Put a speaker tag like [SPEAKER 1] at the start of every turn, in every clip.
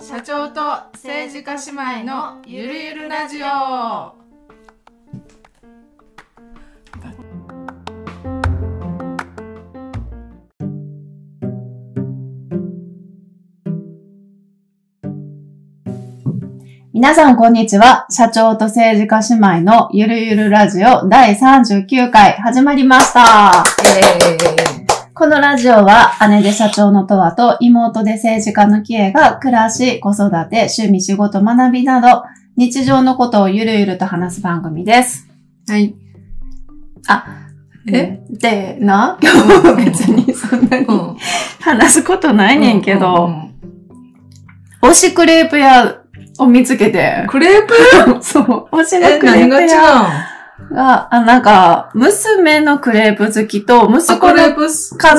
[SPEAKER 1] 社長と政治家姉妹のゆるゆるラジオ。
[SPEAKER 2] 皆さん、こんにちは。社長と政治家姉妹のゆるゆるラジオ第39回始まりました。このラジオは姉で社長のとわと妹で政治家のキエが暮らし、子育て、趣味、仕事、学びなど日常のことをゆるゆると話す番組です。
[SPEAKER 1] はい。え
[SPEAKER 2] で、な、今日は別にそんな に
[SPEAKER 1] うん。
[SPEAKER 2] 話すことないねんけ
[SPEAKER 1] うんう
[SPEAKER 2] ど、
[SPEAKER 1] ん
[SPEAKER 2] 推しクレープ屋を見つけて
[SPEAKER 1] うん。、クレープ
[SPEAKER 2] そう、推しの
[SPEAKER 1] え、
[SPEAKER 2] クレ
[SPEAKER 1] 何
[SPEAKER 2] ー
[SPEAKER 1] が
[SPEAKER 2] プ
[SPEAKER 1] 違う
[SPEAKER 2] 屋
[SPEAKER 1] ん
[SPEAKER 2] が、あ、なんか、娘のクレープ好きと、息子
[SPEAKER 1] クレ
[SPEAKER 2] の
[SPEAKER 1] ープ
[SPEAKER 2] 彼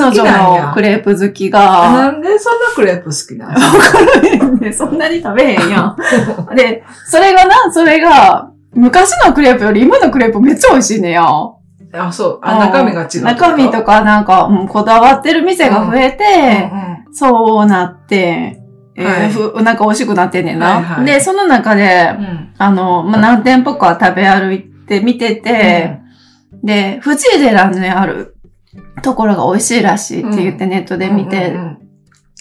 [SPEAKER 1] 好きなん
[SPEAKER 2] 女
[SPEAKER 1] や
[SPEAKER 2] のクレープ好き
[SPEAKER 1] な
[SPEAKER 2] が、
[SPEAKER 1] んでそんなクレープ好きなの
[SPEAKER 2] そんなに食べへんやん。 で、それがな、それが、昔のクレープより今のクレープめっちゃ美味しいねや。
[SPEAKER 1] あ、そう。あ、中身が違うってこと。
[SPEAKER 2] 中身とかなんか、うんこだわってる店が増えて、
[SPEAKER 1] う
[SPEAKER 2] そうなって、えー
[SPEAKER 1] はい
[SPEAKER 2] ふなんか美味しくなってんねんな。
[SPEAKER 1] はいはい
[SPEAKER 2] で、その中で
[SPEAKER 1] ん、うん。うん。
[SPEAKER 2] あの、まあ、何店舗か食べ歩いて見てて、で、藤井寺にあるところが美味しいらしいって言ってネットで見て、
[SPEAKER 1] うん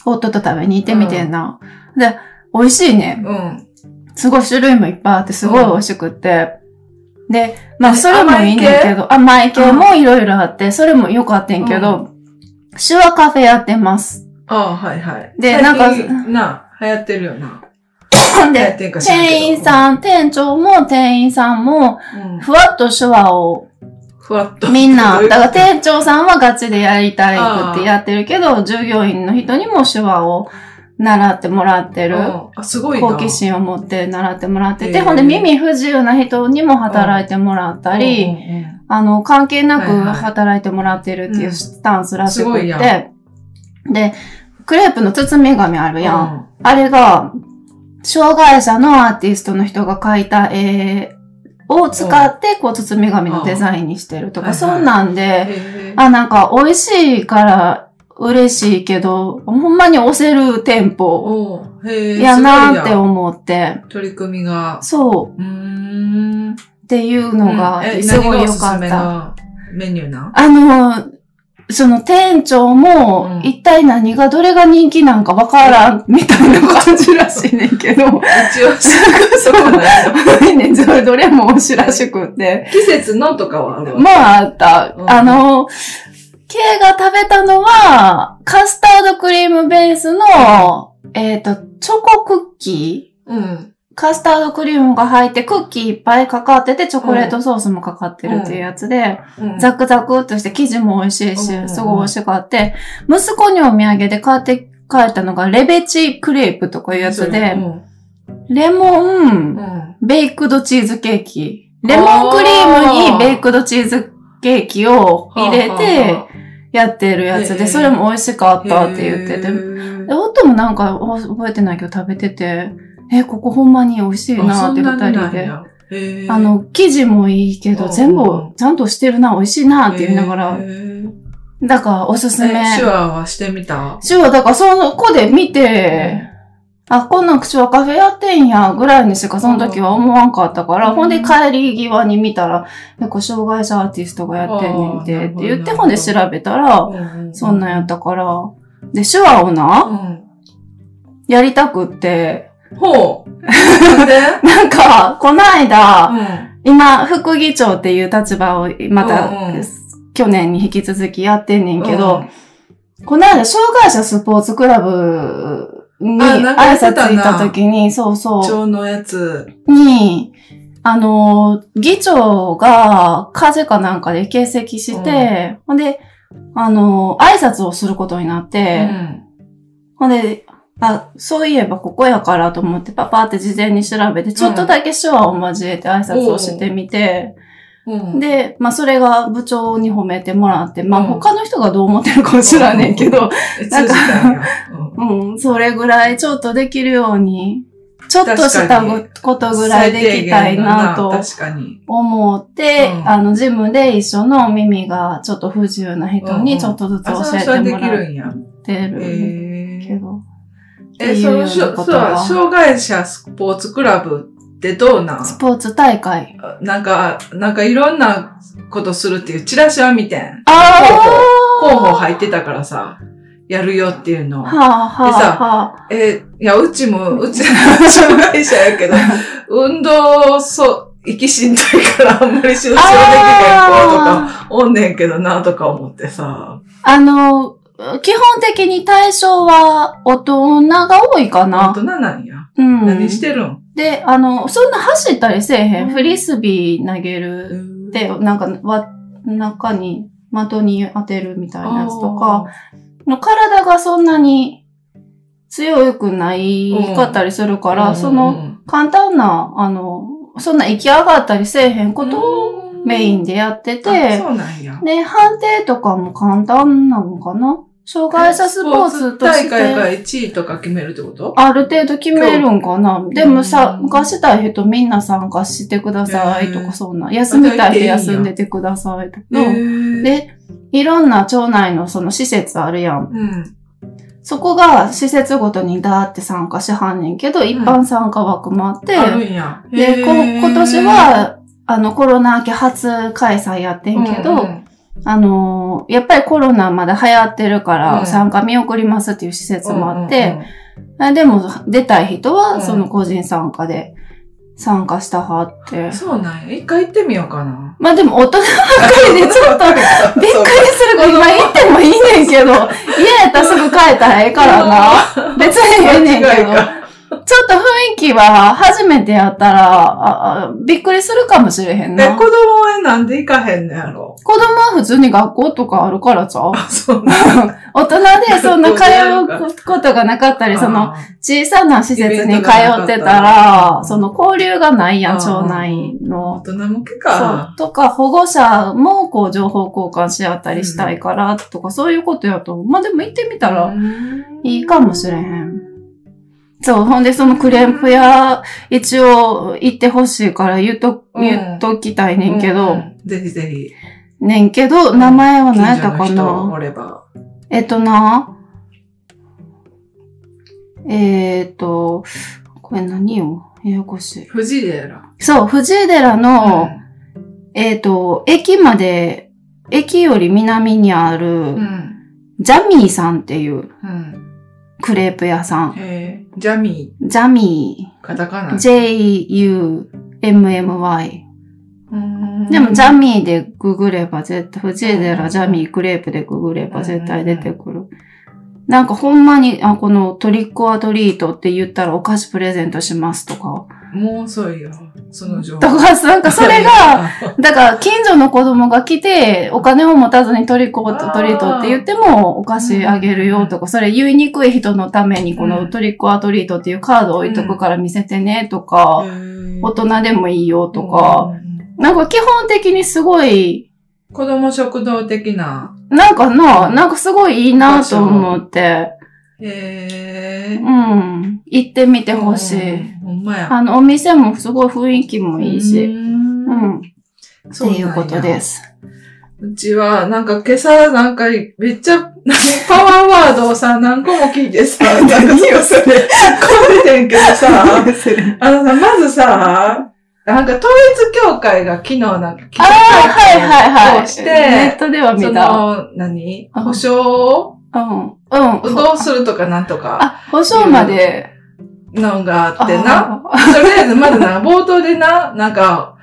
[SPEAKER 2] 夫と食べに行ってみてんな。で、美味しいね。
[SPEAKER 1] うん。うん。
[SPEAKER 2] すごい種類もいっぱいあって、すごい美味しくって。で、まあ、それもいいねんけど、甘い系もいろいろあって、それも良かったんけど、手話カフェやってます。
[SPEAKER 1] ああ、はいはい。
[SPEAKER 2] で
[SPEAKER 1] 最近
[SPEAKER 2] な
[SPEAKER 1] なあ、流行ってるよな。流行っ
[SPEAKER 2] で、
[SPEAKER 1] てんか知らんけど
[SPEAKER 2] 店員さん、店長も店員さんも、
[SPEAKER 1] うん。
[SPEAKER 2] ふわっと手話を
[SPEAKER 1] ふわっと。
[SPEAKER 2] みん
[SPEAKER 1] ど
[SPEAKER 2] な、
[SPEAKER 1] うい
[SPEAKER 2] だ
[SPEAKER 1] うこ
[SPEAKER 2] か
[SPEAKER 1] と
[SPEAKER 2] ら店長さんはガチでやりたいってやってるけど、従業員の人にも手話を習ってもらってる。
[SPEAKER 1] うんあ、すごいな。
[SPEAKER 2] 好奇心を持って習ってもらってて、
[SPEAKER 1] へー
[SPEAKER 2] ほんで耳不自由な人にも働いてもらったり、
[SPEAKER 1] うんうん
[SPEAKER 2] あの、関係な
[SPEAKER 1] はい
[SPEAKER 2] く
[SPEAKER 1] はい
[SPEAKER 2] 働いてもらってるっていうスタンスらし
[SPEAKER 1] す
[SPEAKER 2] く
[SPEAKER 1] ご
[SPEAKER 2] って、
[SPEAKER 1] いやん
[SPEAKER 2] で、クレープの包み紙ある
[SPEAKER 1] うん
[SPEAKER 2] やん。
[SPEAKER 1] うん
[SPEAKER 2] あれが、障害者のアーティストの人が描いた絵を使って、こう、包み紙のデザインにしてると
[SPEAKER 1] う
[SPEAKER 2] か、
[SPEAKER 1] ん
[SPEAKER 2] そんなんで、
[SPEAKER 1] へえ
[SPEAKER 2] あ、なんか、美味しいから嬉しいけど、ほんまに押せる店舗
[SPEAKER 1] おうへえ
[SPEAKER 2] やなーっ
[SPEAKER 1] すごい
[SPEAKER 2] て思って、
[SPEAKER 1] 取り組みが。
[SPEAKER 2] そう
[SPEAKER 1] ーん。
[SPEAKER 2] う、っていうのが、
[SPEAKER 1] え
[SPEAKER 2] すごい良か
[SPEAKER 1] 何
[SPEAKER 2] った。
[SPEAKER 1] がおすすめのメニューなん
[SPEAKER 2] あの、その店長
[SPEAKER 1] うん
[SPEAKER 2] も、一体何が、どれが人気なんかわからん、みたいな感じらしいねんけど、
[SPEAKER 1] 一応、
[SPEAKER 2] そ
[SPEAKER 1] そうな
[SPEAKER 2] う
[SPEAKER 1] んだ
[SPEAKER 2] ない ねん、それどれも推しらしくって。
[SPEAKER 1] 季節のとかはあるわ。
[SPEAKER 2] まあ、あった
[SPEAKER 1] う。ん
[SPEAKER 2] あの、K が食べたのは、カスタードクリームベースの、えっ、と、チョコクッキー
[SPEAKER 1] うん。
[SPEAKER 2] カスタードクリームが入って、クッキーいっぱいかかってて、チョコレートソースもかかってるっていうやつで、
[SPEAKER 1] うん
[SPEAKER 2] ザクザクっとして生地も美味しい
[SPEAKER 1] うん
[SPEAKER 2] し、すごい美味しかって、息子にお土産で買って帰ったのが、レベチクレープとかいうやつ
[SPEAKER 1] う
[SPEAKER 2] で、
[SPEAKER 1] ん
[SPEAKER 2] レモン
[SPEAKER 1] う、ん。
[SPEAKER 2] ベイクドチーズケーキ。レモンクリームにベイクドチーズケーキを入れてやってるやつ
[SPEAKER 1] へ
[SPEAKER 2] で、
[SPEAKER 1] ー
[SPEAKER 2] それも美味しかったって言ってて。で
[SPEAKER 1] て。
[SPEAKER 2] 夫もなんかお覚えてないけど食べてて、え、ここほんまに美味しい
[SPEAKER 1] あ
[SPEAKER 2] な
[SPEAKER 1] そ
[SPEAKER 2] っ
[SPEAKER 1] ん
[SPEAKER 2] て
[SPEAKER 1] な
[SPEAKER 2] 二
[SPEAKER 1] にな
[SPEAKER 2] 人
[SPEAKER 1] ん
[SPEAKER 2] で。
[SPEAKER 1] やへえ
[SPEAKER 2] あの、生地もいいけ
[SPEAKER 1] う
[SPEAKER 2] ど、
[SPEAKER 1] ん
[SPEAKER 2] 全部ちゃんとしてるな、美味しいなって言いなが
[SPEAKER 1] へ
[SPEAKER 2] ら。
[SPEAKER 1] え
[SPEAKER 2] だからおすすめ。
[SPEAKER 1] え手話はしてみた
[SPEAKER 2] シュワだからその子で見て、あ、こんなん口はカフェやってんや、ぐらいにしかその時は思わんかったから、
[SPEAKER 1] うん
[SPEAKER 2] ほんで帰り際に見たら、結構障害者アーティストがやってんねん
[SPEAKER 1] あーな
[SPEAKER 2] て、
[SPEAKER 1] る
[SPEAKER 2] っ
[SPEAKER 1] ほど
[SPEAKER 2] て言って、
[SPEAKER 1] なるほど
[SPEAKER 2] ほんで調べたら、そんなんやったから。で、手話を
[SPEAKER 1] た
[SPEAKER 2] な、
[SPEAKER 1] う
[SPEAKER 2] やりたくって、
[SPEAKER 1] ん。ほう。なんで
[SPEAKER 2] なんか、この間、
[SPEAKER 1] う
[SPEAKER 2] 今、副議長っていう立場を、また、
[SPEAKER 1] うんうん
[SPEAKER 2] 去年に引き続きやってんね
[SPEAKER 1] ん。
[SPEAKER 2] んけど、この間、障害者スポーツクラブに
[SPEAKER 1] あ
[SPEAKER 2] 挨
[SPEAKER 1] なんかやって
[SPEAKER 2] 拶
[SPEAKER 1] たな
[SPEAKER 2] 行った時に、そうそう。
[SPEAKER 1] 蝶のやつ。
[SPEAKER 2] に、あの、議長が風邪かなんかで欠席して、ほんで、あの、挨拶をすることになっ
[SPEAKER 1] う
[SPEAKER 2] て、
[SPEAKER 1] ん
[SPEAKER 2] ほんで、あ、そういえばここやからと思ってパパって事前に調べて、ちょっとだけ手話を交えて挨拶をしてみて、
[SPEAKER 1] うん。
[SPEAKER 2] で、まあそれが部長に褒めてもらって、ま
[SPEAKER 1] う
[SPEAKER 2] あ
[SPEAKER 1] ん
[SPEAKER 2] 他の人がどう思ってるかも知らんねんけど、
[SPEAKER 1] え、通じたんや。うん
[SPEAKER 2] うん、それぐらいちょっとできるように、ちょっとしたご
[SPEAKER 1] 確
[SPEAKER 2] ことぐらいできたいなと
[SPEAKER 1] 最低限の確かに。
[SPEAKER 2] 思って、
[SPEAKER 1] うん
[SPEAKER 2] あの、ジムで一緒の耳がちょっと不自由な人
[SPEAKER 1] うんうん
[SPEAKER 2] にちょっとずつ教
[SPEAKER 1] あ、そうそ
[SPEAKER 2] え
[SPEAKER 1] れ
[SPEAKER 2] て
[SPEAKER 1] で
[SPEAKER 2] も
[SPEAKER 1] き
[SPEAKER 2] らっ
[SPEAKER 1] るんや。
[SPEAKER 2] てる
[SPEAKER 1] え
[SPEAKER 2] けど。って
[SPEAKER 1] え、
[SPEAKER 2] いう
[SPEAKER 1] そ
[SPEAKER 2] よう
[SPEAKER 1] の
[SPEAKER 2] な
[SPEAKER 1] しょ、そ
[SPEAKER 2] こ
[SPEAKER 1] う、
[SPEAKER 2] とが
[SPEAKER 1] 障害者スポーツクラブってどうなん
[SPEAKER 2] スポーツ大会。
[SPEAKER 1] なんか、なんかいろんなことするっていうチラシは見てん。
[SPEAKER 2] あー
[SPEAKER 1] 候補入ってたからさ、やるよっていうの。
[SPEAKER 2] はあはあは
[SPEAKER 1] え、いや、うちも、うち、障害者やけ ど、運動、そう、生きしんどいからあんまり出場できへん子と
[SPEAKER 2] あ。
[SPEAKER 1] か、おんねんけどな、とか思ってさ。
[SPEAKER 2] あの、基本的に対象は大人が多いか
[SPEAKER 1] 大
[SPEAKER 2] な。
[SPEAKER 1] 人なんや。
[SPEAKER 2] うん。
[SPEAKER 1] 何してるん
[SPEAKER 2] で、あの、そんな走ったりせえへ
[SPEAKER 1] う
[SPEAKER 2] ん。
[SPEAKER 1] ん
[SPEAKER 2] フリスビー投げるっ
[SPEAKER 1] で、
[SPEAKER 2] て、なんか、わ、中に、的に当てるみたいなやつとか、の体がそんなに強くないかったりする
[SPEAKER 1] あー、
[SPEAKER 2] から、その、簡単な、あの、そんな生き上がったりせえへんことを
[SPEAKER 1] を
[SPEAKER 2] メインでやってて、
[SPEAKER 1] あそうなんや。
[SPEAKER 2] ね、判定とかも簡単なのかな障害者スポーツとし
[SPEAKER 1] スポーツ大会が
[SPEAKER 2] て、
[SPEAKER 1] 1位とか決めるってこと
[SPEAKER 2] ある程度決めるんかなでもさ、
[SPEAKER 1] うん
[SPEAKER 2] 貸したい人みんな参加してくださいと
[SPEAKER 1] へ
[SPEAKER 2] か
[SPEAKER 1] ー
[SPEAKER 2] そんな。休みたい人休んでてくださいとか。
[SPEAKER 1] うん
[SPEAKER 2] で、いろんな町内のその施設あるやん。
[SPEAKER 1] うん。
[SPEAKER 2] そこが施設ごとにだーって参加しはんねんけど、一般参加枠もあって、
[SPEAKER 1] あるんや。
[SPEAKER 2] で、こ
[SPEAKER 1] へー
[SPEAKER 2] 今年、は、あの、コロナ明け初開催やってんけど、
[SPEAKER 1] うんうん
[SPEAKER 2] あのーやっぱりコロナまだ流行ってるか
[SPEAKER 1] う
[SPEAKER 2] ら
[SPEAKER 1] ん
[SPEAKER 2] 参加見送りますっていう施設もあっ
[SPEAKER 1] うんうん
[SPEAKER 2] て、
[SPEAKER 1] うん
[SPEAKER 2] あでも出たい人
[SPEAKER 1] う
[SPEAKER 2] は
[SPEAKER 1] ん
[SPEAKER 2] その個人参加で参加したはって。
[SPEAKER 1] そうなんや。一回行ってみようかな。
[SPEAKER 2] まあでも大人ばっかりで ちょっと
[SPEAKER 1] っ
[SPEAKER 2] びっくりするから今行ってもいいねんけど、家やったらすぐ帰ったらええからな。別にええねんけど
[SPEAKER 1] 間違い。
[SPEAKER 2] ちょっと雰囲気は初めてやったら、ああびっくりするかもしれへん
[SPEAKER 1] え、
[SPEAKER 2] な。
[SPEAKER 1] 子
[SPEAKER 2] 子
[SPEAKER 1] 供はなんで行かへんのやろ
[SPEAKER 2] 供は普通に学校とかあるからちゃ う
[SPEAKER 1] あ、そうなん
[SPEAKER 2] 大人でそんな通うことがなかったり、その、小さな施設に通ってたら、その交流がないやん、
[SPEAKER 1] うん
[SPEAKER 2] 町内
[SPEAKER 1] 大
[SPEAKER 2] の。
[SPEAKER 1] 人向け
[SPEAKER 2] そう
[SPEAKER 1] か。。
[SPEAKER 2] とか、保護者もこう情報交換し合ったりしたいから、とか、そういうことやと。まあ、でも行ってみたらいいかもしれへん。そう、ほんでそのクレープ屋、一応行ってほしいから言っと、
[SPEAKER 1] うん
[SPEAKER 2] 言っときたいねんけ
[SPEAKER 1] う
[SPEAKER 2] ど、
[SPEAKER 1] ん。ぜひぜひ。
[SPEAKER 2] ねんけど、名前は
[SPEAKER 1] 近
[SPEAKER 2] 何やっ
[SPEAKER 1] 所
[SPEAKER 2] た
[SPEAKER 1] の
[SPEAKER 2] か
[SPEAKER 1] 人
[SPEAKER 2] な
[SPEAKER 1] おれば。
[SPEAKER 2] えっとな、えっと、これ何よややこしい。
[SPEAKER 1] 藤井寺。
[SPEAKER 2] そう、藤井寺
[SPEAKER 1] う
[SPEAKER 2] の、
[SPEAKER 1] ん
[SPEAKER 2] えっと、駅まで、駅より南にある、
[SPEAKER 1] うん。
[SPEAKER 2] ジャミーさんっていう
[SPEAKER 1] うん。
[SPEAKER 2] クレープ屋さん。
[SPEAKER 1] えージャミ
[SPEAKER 2] ジャミ
[SPEAKER 1] ー、カタカ
[SPEAKER 2] ー、
[SPEAKER 1] ナ。
[SPEAKER 2] J-U-M-M-Y。でも、ジャミーでググれば絶対、藤井寺ジャミークレープでググれば絶対出てくる。なんかほんまに、あ、このトリックオアトリートって言ったらお菓子プレゼントしますとか。
[SPEAKER 1] ー。もう遅いよ。その情
[SPEAKER 2] と
[SPEAKER 1] 報。
[SPEAKER 2] か、なんかそ れが、
[SPEAKER 1] が、
[SPEAKER 2] だから近所の子供が来て、お金を持たずにトリックオアトリートって言ってもお菓子あげるよとか、それ言いにくい人のためにこ
[SPEAKER 1] う
[SPEAKER 2] の
[SPEAKER 1] ん
[SPEAKER 2] トリックオアトリートっていうカード置いとくから見せてねとか、
[SPEAKER 1] 大
[SPEAKER 2] 大人でもいいよとか、。なんか基本的にすごい、
[SPEAKER 1] 子供食堂的な。
[SPEAKER 2] なんかな、なんかすごいいいなと思って、
[SPEAKER 1] へ
[SPEAKER 2] う
[SPEAKER 1] ー。
[SPEAKER 2] ん、行ってみてほし
[SPEAKER 1] う
[SPEAKER 2] い。
[SPEAKER 1] ん。ほんまや。
[SPEAKER 2] あの、お店もすごい雰囲気もいいし、
[SPEAKER 1] うん
[SPEAKER 2] うん、って
[SPEAKER 1] そなんや
[SPEAKER 2] いうことで。す。
[SPEAKER 1] うちは、なんか今朝、なんか、めっちゃ、 何パワーワードをさ、何個も聞いて さ、なんか突っ 込んでてんけどさ、あのさ、まずさ、なんか統一協会が昨日なんか、
[SPEAKER 2] ああ、はいはいはい。
[SPEAKER 1] して、
[SPEAKER 2] ネットでは見
[SPEAKER 1] そ
[SPEAKER 2] た。
[SPEAKER 1] の、何
[SPEAKER 2] うん
[SPEAKER 1] 保証
[SPEAKER 2] うん。うん。
[SPEAKER 1] をどうするとかなんとか、
[SPEAKER 2] あ、保証まで。
[SPEAKER 1] のがあってな。
[SPEAKER 2] あ。
[SPEAKER 1] とりあえず、まずな、冒頭でな、なんか、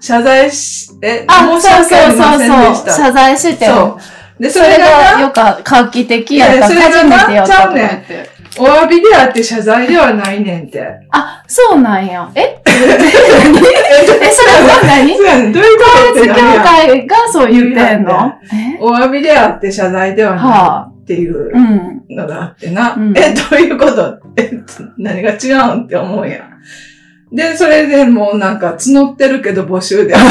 [SPEAKER 1] 謝罪し、え、
[SPEAKER 2] あ、
[SPEAKER 1] 申し
[SPEAKER 2] そう
[SPEAKER 1] 訳あ
[SPEAKER 2] そう
[SPEAKER 1] りません
[SPEAKER 2] そ
[SPEAKER 1] で
[SPEAKER 2] う
[SPEAKER 1] し
[SPEAKER 2] そう。
[SPEAKER 1] た。
[SPEAKER 2] 謝罪してよ。
[SPEAKER 1] う。で、そ
[SPEAKER 2] それ
[SPEAKER 1] れ
[SPEAKER 2] が
[SPEAKER 1] がな、
[SPEAKER 2] よか画期的やっ
[SPEAKER 1] いや
[SPEAKER 2] た。
[SPEAKER 1] そ
[SPEAKER 2] 初
[SPEAKER 1] れがな
[SPEAKER 2] めてやったとか言って。
[SPEAKER 1] お詫びであって謝罪ではないねんって。
[SPEAKER 2] あ、そうなんや。ええ、 それは何
[SPEAKER 1] そうやねんどういうこと
[SPEAKER 2] 統
[SPEAKER 1] って
[SPEAKER 2] 一教
[SPEAKER 1] 何や
[SPEAKER 2] 会がそう言ってんのえ
[SPEAKER 1] お詫びであって謝罪では
[SPEAKER 2] は
[SPEAKER 1] ないっていう
[SPEAKER 2] あ。うん。
[SPEAKER 1] のがあってな。
[SPEAKER 2] うん
[SPEAKER 1] え、どういうことえ、何が違うんって思うやん。で、それでもうなんか募ってるけど募集で。 す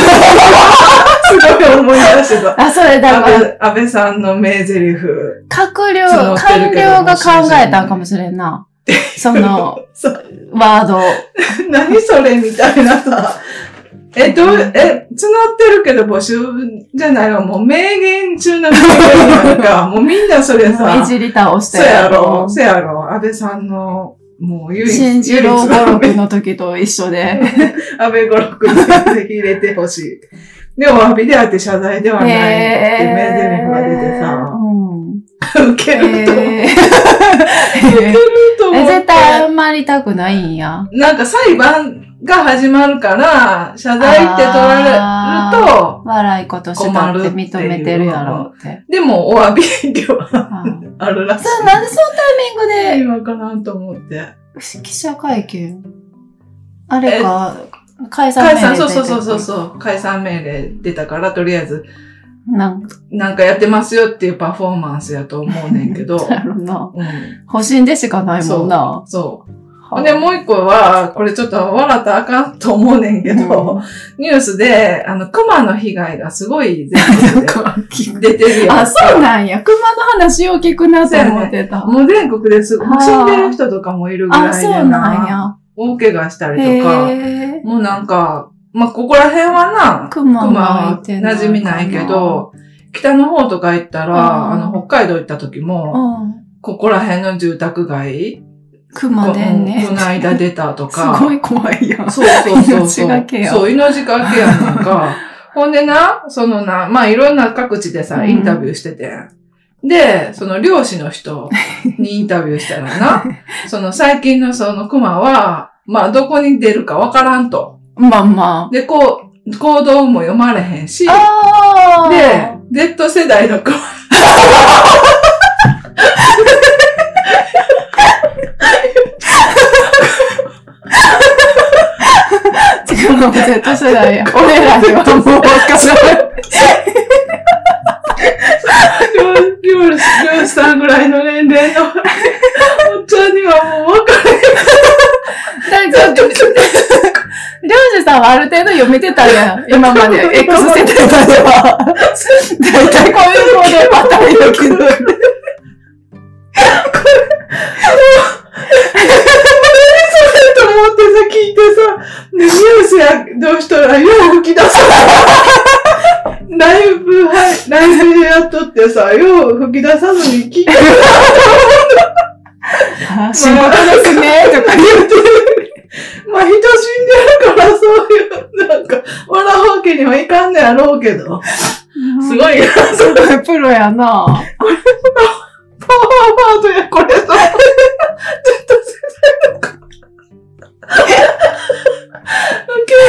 [SPEAKER 1] ごい思い出してた。
[SPEAKER 2] あ、それだ
[SPEAKER 1] 安
[SPEAKER 2] から、
[SPEAKER 1] 倍安倍さんの名台詞。
[SPEAKER 2] 閣僚
[SPEAKER 1] 募、って
[SPEAKER 2] 官
[SPEAKER 1] るけど
[SPEAKER 2] 僚が考えたんかもしれんな。その、
[SPEAKER 1] そ
[SPEAKER 2] ワードを。
[SPEAKER 1] 何それみたいなさ。え、どう、え、募ってるけど募集じゃないわ。もう名言中の名言なん か、もうみんなそれ
[SPEAKER 2] もうい
[SPEAKER 1] さ。
[SPEAKER 2] じり倒して。
[SPEAKER 1] そやろ、そやろ。安倍さんの、もう唯一、
[SPEAKER 2] 新次
[SPEAKER 1] 唯
[SPEAKER 2] 郎
[SPEAKER 1] 一の
[SPEAKER 2] 語録の時と一緒で。
[SPEAKER 1] 安倍五六にぜひ入れてほしい。で、お詫びであって謝罪ではないって名言が出てさ、
[SPEAKER 2] うん。
[SPEAKER 1] 受けると、受
[SPEAKER 2] え
[SPEAKER 1] ける
[SPEAKER 2] ー
[SPEAKER 1] と思
[SPEAKER 2] え
[SPEAKER 1] って。
[SPEAKER 2] 絶対謝りたくないんや。
[SPEAKER 1] なんか裁判が始まるから、謝罪って取られると、
[SPEAKER 2] 悪いことしたって認めてるやろって。
[SPEAKER 1] でもお詫びでは
[SPEAKER 2] あー
[SPEAKER 1] あるらしい。
[SPEAKER 2] それなんでそのタイミングで
[SPEAKER 1] 意味わからんと思って。
[SPEAKER 2] 記者会見あれか、解散
[SPEAKER 1] 解
[SPEAKER 2] 命令
[SPEAKER 1] 散、そ
[SPEAKER 2] 出て
[SPEAKER 1] う
[SPEAKER 2] て
[SPEAKER 1] そうそうそうそう。解散命令出たから、とりあえず、
[SPEAKER 2] なんか、
[SPEAKER 1] なんかやってますよっていうパフォーマンスやと思うねんけ ど。
[SPEAKER 2] やろな。
[SPEAKER 1] うん、
[SPEAKER 2] 保身でしかないもんな。
[SPEAKER 1] そう。
[SPEAKER 2] はあ
[SPEAKER 1] で、もう一個は、これちょっと笑ったらあかんと思うねんけど、ニュースで、あの、熊の被害がすごい全 国で出てるやん
[SPEAKER 2] あ、そうなんや。熊の話を聞くなと
[SPEAKER 1] そうやね
[SPEAKER 2] 思ってた。
[SPEAKER 1] もう全国です。
[SPEAKER 2] あー
[SPEAKER 1] 死んでる人とかもいるぐら
[SPEAKER 2] あ、
[SPEAKER 1] い
[SPEAKER 2] そ
[SPEAKER 1] で
[SPEAKER 2] う
[SPEAKER 1] な。
[SPEAKER 2] な
[SPEAKER 1] 大怪我した
[SPEAKER 2] んや。
[SPEAKER 1] り
[SPEAKER 2] へ
[SPEAKER 1] とか。
[SPEAKER 2] え。
[SPEAKER 1] もうなんか、まあ、ここら辺はな、
[SPEAKER 2] 熊
[SPEAKER 1] 熊
[SPEAKER 2] は
[SPEAKER 1] は馴染みないけ、ど、北の方とか行ったら、
[SPEAKER 2] う
[SPEAKER 1] あ
[SPEAKER 2] ん
[SPEAKER 1] の、北海道行った時も、
[SPEAKER 2] うん。
[SPEAKER 1] ここら辺の住宅街、
[SPEAKER 2] 熊
[SPEAKER 1] こ
[SPEAKER 2] でんね
[SPEAKER 1] こ。の間出たと
[SPEAKER 2] す
[SPEAKER 1] か。
[SPEAKER 2] ごい怖いやん。
[SPEAKER 1] そうそう そうそう。
[SPEAKER 2] 命がけや
[SPEAKER 1] そう、命がけやなんか。 ほんでな、そのな、まあ、いろんな各地で
[SPEAKER 2] う
[SPEAKER 1] さ、
[SPEAKER 2] ん
[SPEAKER 1] インタビューしてて。で、その漁師の人にインタビューしたら な、その最近のその熊は、まあ、どこに出るかわからんと。
[SPEAKER 2] まあま
[SPEAKER 1] で、こう、行動も読まれへんし
[SPEAKER 2] あ。、ああ
[SPEAKER 1] で、Z 世代の熊。
[SPEAKER 2] 違うのも Z 世代や。俺らにはもうわからない。
[SPEAKER 1] 漁漁漁師さんぐらいの年齢の、おっちゃんにはもうわか
[SPEAKER 2] だけど、りょうじさんはある程度読めてたやん。今まで。X 世代までは。だいたいこういう行動パターンよくる。
[SPEAKER 1] と思ってさ、聞いてさ、でニュースや、どうしたら、よう吹き出さない。ライブ、はい、ライブやっとってさ、よう吹き出さずに聞いてる
[SPEAKER 2] 仕事ですね、とか言う。
[SPEAKER 1] まあ人死んでるから、そういう、なんか、笑うわけにはいかんのやろうけど。すごい、パワー
[SPEAKER 2] すごいプロやな
[SPEAKER 1] ワードや、これ さ。絶対絶対なんか。ウケる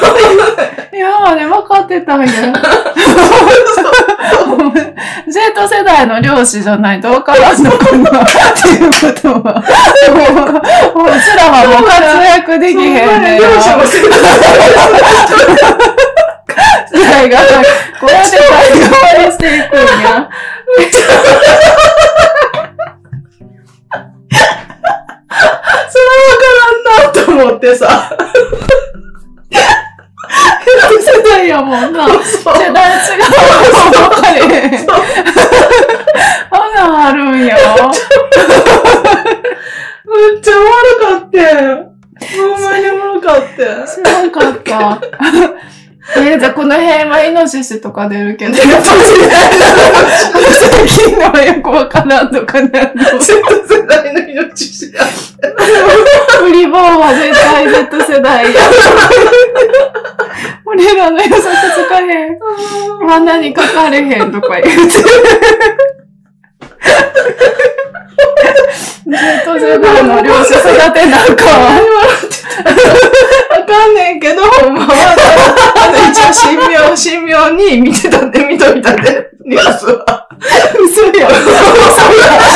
[SPEAKER 1] と思う。
[SPEAKER 2] いやー、あれ分かってたんや。Z 世代の漁師じゃないと分からんのかなっていうことは。もう、うちらはもう活躍できへんねん
[SPEAKER 1] 両者
[SPEAKER 2] な。
[SPEAKER 1] も世代
[SPEAKER 2] 世代が、こうやって代表していくんや。
[SPEAKER 1] それはわからんなと思ってさ。
[SPEAKER 2] 世代やもんな。
[SPEAKER 1] そう
[SPEAKER 2] 世代違うも分かれへん。ほな、あるんや。
[SPEAKER 1] めっちゃおもろかって。ほんまにおもろかって。
[SPEAKER 2] すごかった。 えー、じゃあこの辺はイノシシとか出るけど、 最近のはよくわからんとかね。
[SPEAKER 1] Z 世代の命知らん。
[SPEAKER 2] フリボーは絶対 Z 世代や。 俺らの予測つかへん。罠にかかれへんと か言うて。Z 世代の漁師育てなんか は。
[SPEAKER 1] わかんねんけど、ほんまは。あの、一応神妙、神妙に見てたって、見といたって、ニュースは。
[SPEAKER 2] 嘘やん。嘘やん。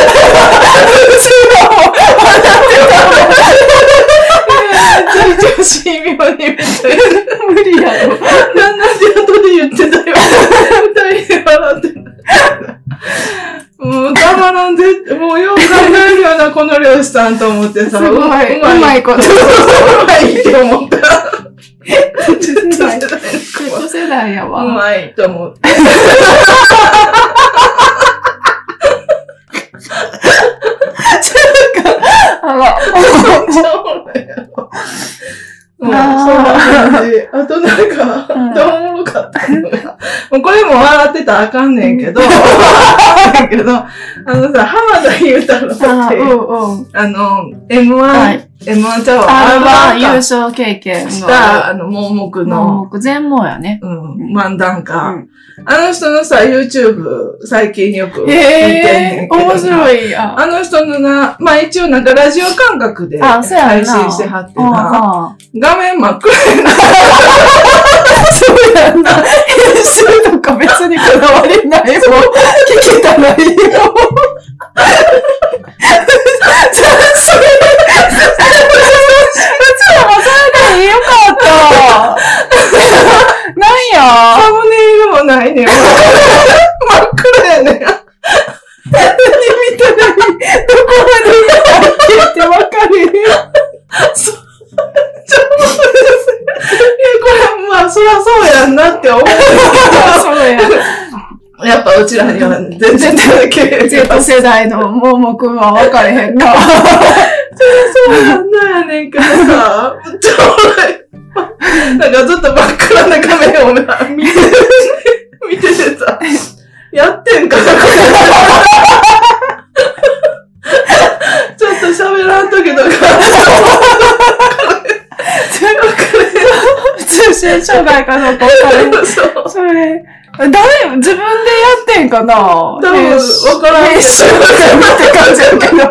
[SPEAKER 1] 一応神妙に見といた。
[SPEAKER 2] 無理やろ。
[SPEAKER 1] なんなんで後で言ってたよ。二人で笑ってた。もうたまらんぜ、もうよう考えるような、この漁師さんと思って
[SPEAKER 2] す
[SPEAKER 1] さ。
[SPEAKER 2] ごい。うまい。うまいこと。
[SPEAKER 1] うまいって思った。
[SPEAKER 2] Z 世代や
[SPEAKER 1] う
[SPEAKER 2] わ。
[SPEAKER 1] まいと思って。
[SPEAKER 2] あら、
[SPEAKER 1] もうこれも笑ってたらあかんねんけど、だけど、あのさ、浜田雄太郎
[SPEAKER 2] あ
[SPEAKER 1] っていう、
[SPEAKER 2] うんうん。
[SPEAKER 1] あの、M1、
[SPEAKER 2] はい
[SPEAKER 1] M1 ちゃうわ、
[SPEAKER 2] あ
[SPEAKER 1] R1
[SPEAKER 2] れ
[SPEAKER 1] か
[SPEAKER 2] は優勝経験
[SPEAKER 1] し
[SPEAKER 2] があ
[SPEAKER 1] た、あの、盲目
[SPEAKER 2] る。
[SPEAKER 1] の、
[SPEAKER 2] 盲目全盲やね。
[SPEAKER 1] うん、漫談家。
[SPEAKER 2] うん
[SPEAKER 1] あの人のさ、YouTube、最近よく見てんね
[SPEAKER 2] へえ
[SPEAKER 1] んけどな。
[SPEAKER 2] 面白いやん。
[SPEAKER 1] あの人のな、まあ一応なんかラジオ感覚で
[SPEAKER 2] あ
[SPEAKER 1] 配
[SPEAKER 2] そうやんな
[SPEAKER 1] 信してはってな、
[SPEAKER 2] ああ。
[SPEAKER 1] 画面真っ暗やな。
[SPEAKER 2] そうやんな。編集とか別にこだわりないもん。聞けたらいいよ。それ、それ、うちらもそれでよかった。なんや。
[SPEAKER 1] サムネイルもないねん。真っ暗やねん。
[SPEAKER 2] 見たらいい。どこまで行ったってわかる
[SPEAKER 1] いや、これ、まあ、そりゃそうやんなって思う。
[SPEAKER 2] そうや。
[SPEAKER 1] やっぱうちらには全然だけ。
[SPEAKER 2] Z 世代の盲目は分かれへんな。
[SPEAKER 1] そうなんだやねんけどさ、めっちゃおもろい。なんかずっと真っ暗な画面をな見て、見ててさ、やってんかな、これ。ちょっと喋らんときとか、
[SPEAKER 2] 通信障害かどうか分からへん
[SPEAKER 1] そう。
[SPEAKER 2] それ、誰、自分でやってんかな多
[SPEAKER 1] 分わからんけど
[SPEAKER 2] 編集って感じやけど。
[SPEAKER 1] わ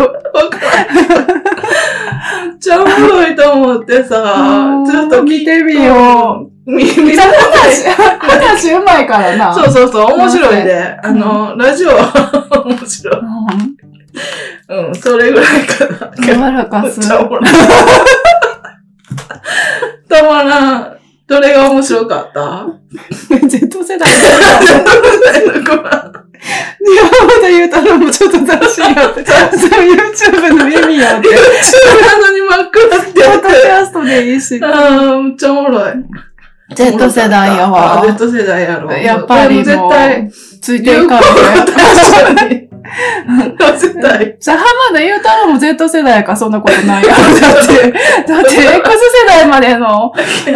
[SPEAKER 1] かんないめっちゃおもろいと思ってさ
[SPEAKER 2] う、ん
[SPEAKER 1] ちょっと聞い
[SPEAKER 2] 見てみよ
[SPEAKER 1] う。見、見てみ
[SPEAKER 2] めっちゃ話、話うまいからな。
[SPEAKER 1] そうそうそう、面白いで。あ
[SPEAKER 2] んか
[SPEAKER 1] の、ラジオは 面白い。
[SPEAKER 2] うん。
[SPEAKER 1] うん、それぐらいかな。
[SPEAKER 2] やらか
[SPEAKER 1] めっ
[SPEAKER 2] す。
[SPEAKER 1] ちゃおもろい。たまらん。どれが面白かった
[SPEAKER 2] Z 世代だ。
[SPEAKER 1] あ
[SPEAKER 2] 山本裕太郎もちょっと斬新やって。そう、YouTube の耳やって。
[SPEAKER 1] のに真っ暗って
[SPEAKER 2] ポ
[SPEAKER 1] や
[SPEAKER 2] ッ
[SPEAKER 1] っ
[SPEAKER 2] ド
[SPEAKER 1] て
[SPEAKER 2] キ
[SPEAKER 1] る。
[SPEAKER 2] ャストでいいし。
[SPEAKER 1] ああ、めっちゃおもろい。
[SPEAKER 2] Z 世代やわ
[SPEAKER 1] あ。Z 世代やろ。
[SPEAKER 2] やっぱりもう、
[SPEAKER 1] これも絶対、
[SPEAKER 2] ついていかんね。
[SPEAKER 1] 確かに。絶対。
[SPEAKER 2] じゃあ、浜田雄太郎も Z 世代やからそんなことない やろ。 だって、だって X 世代までの、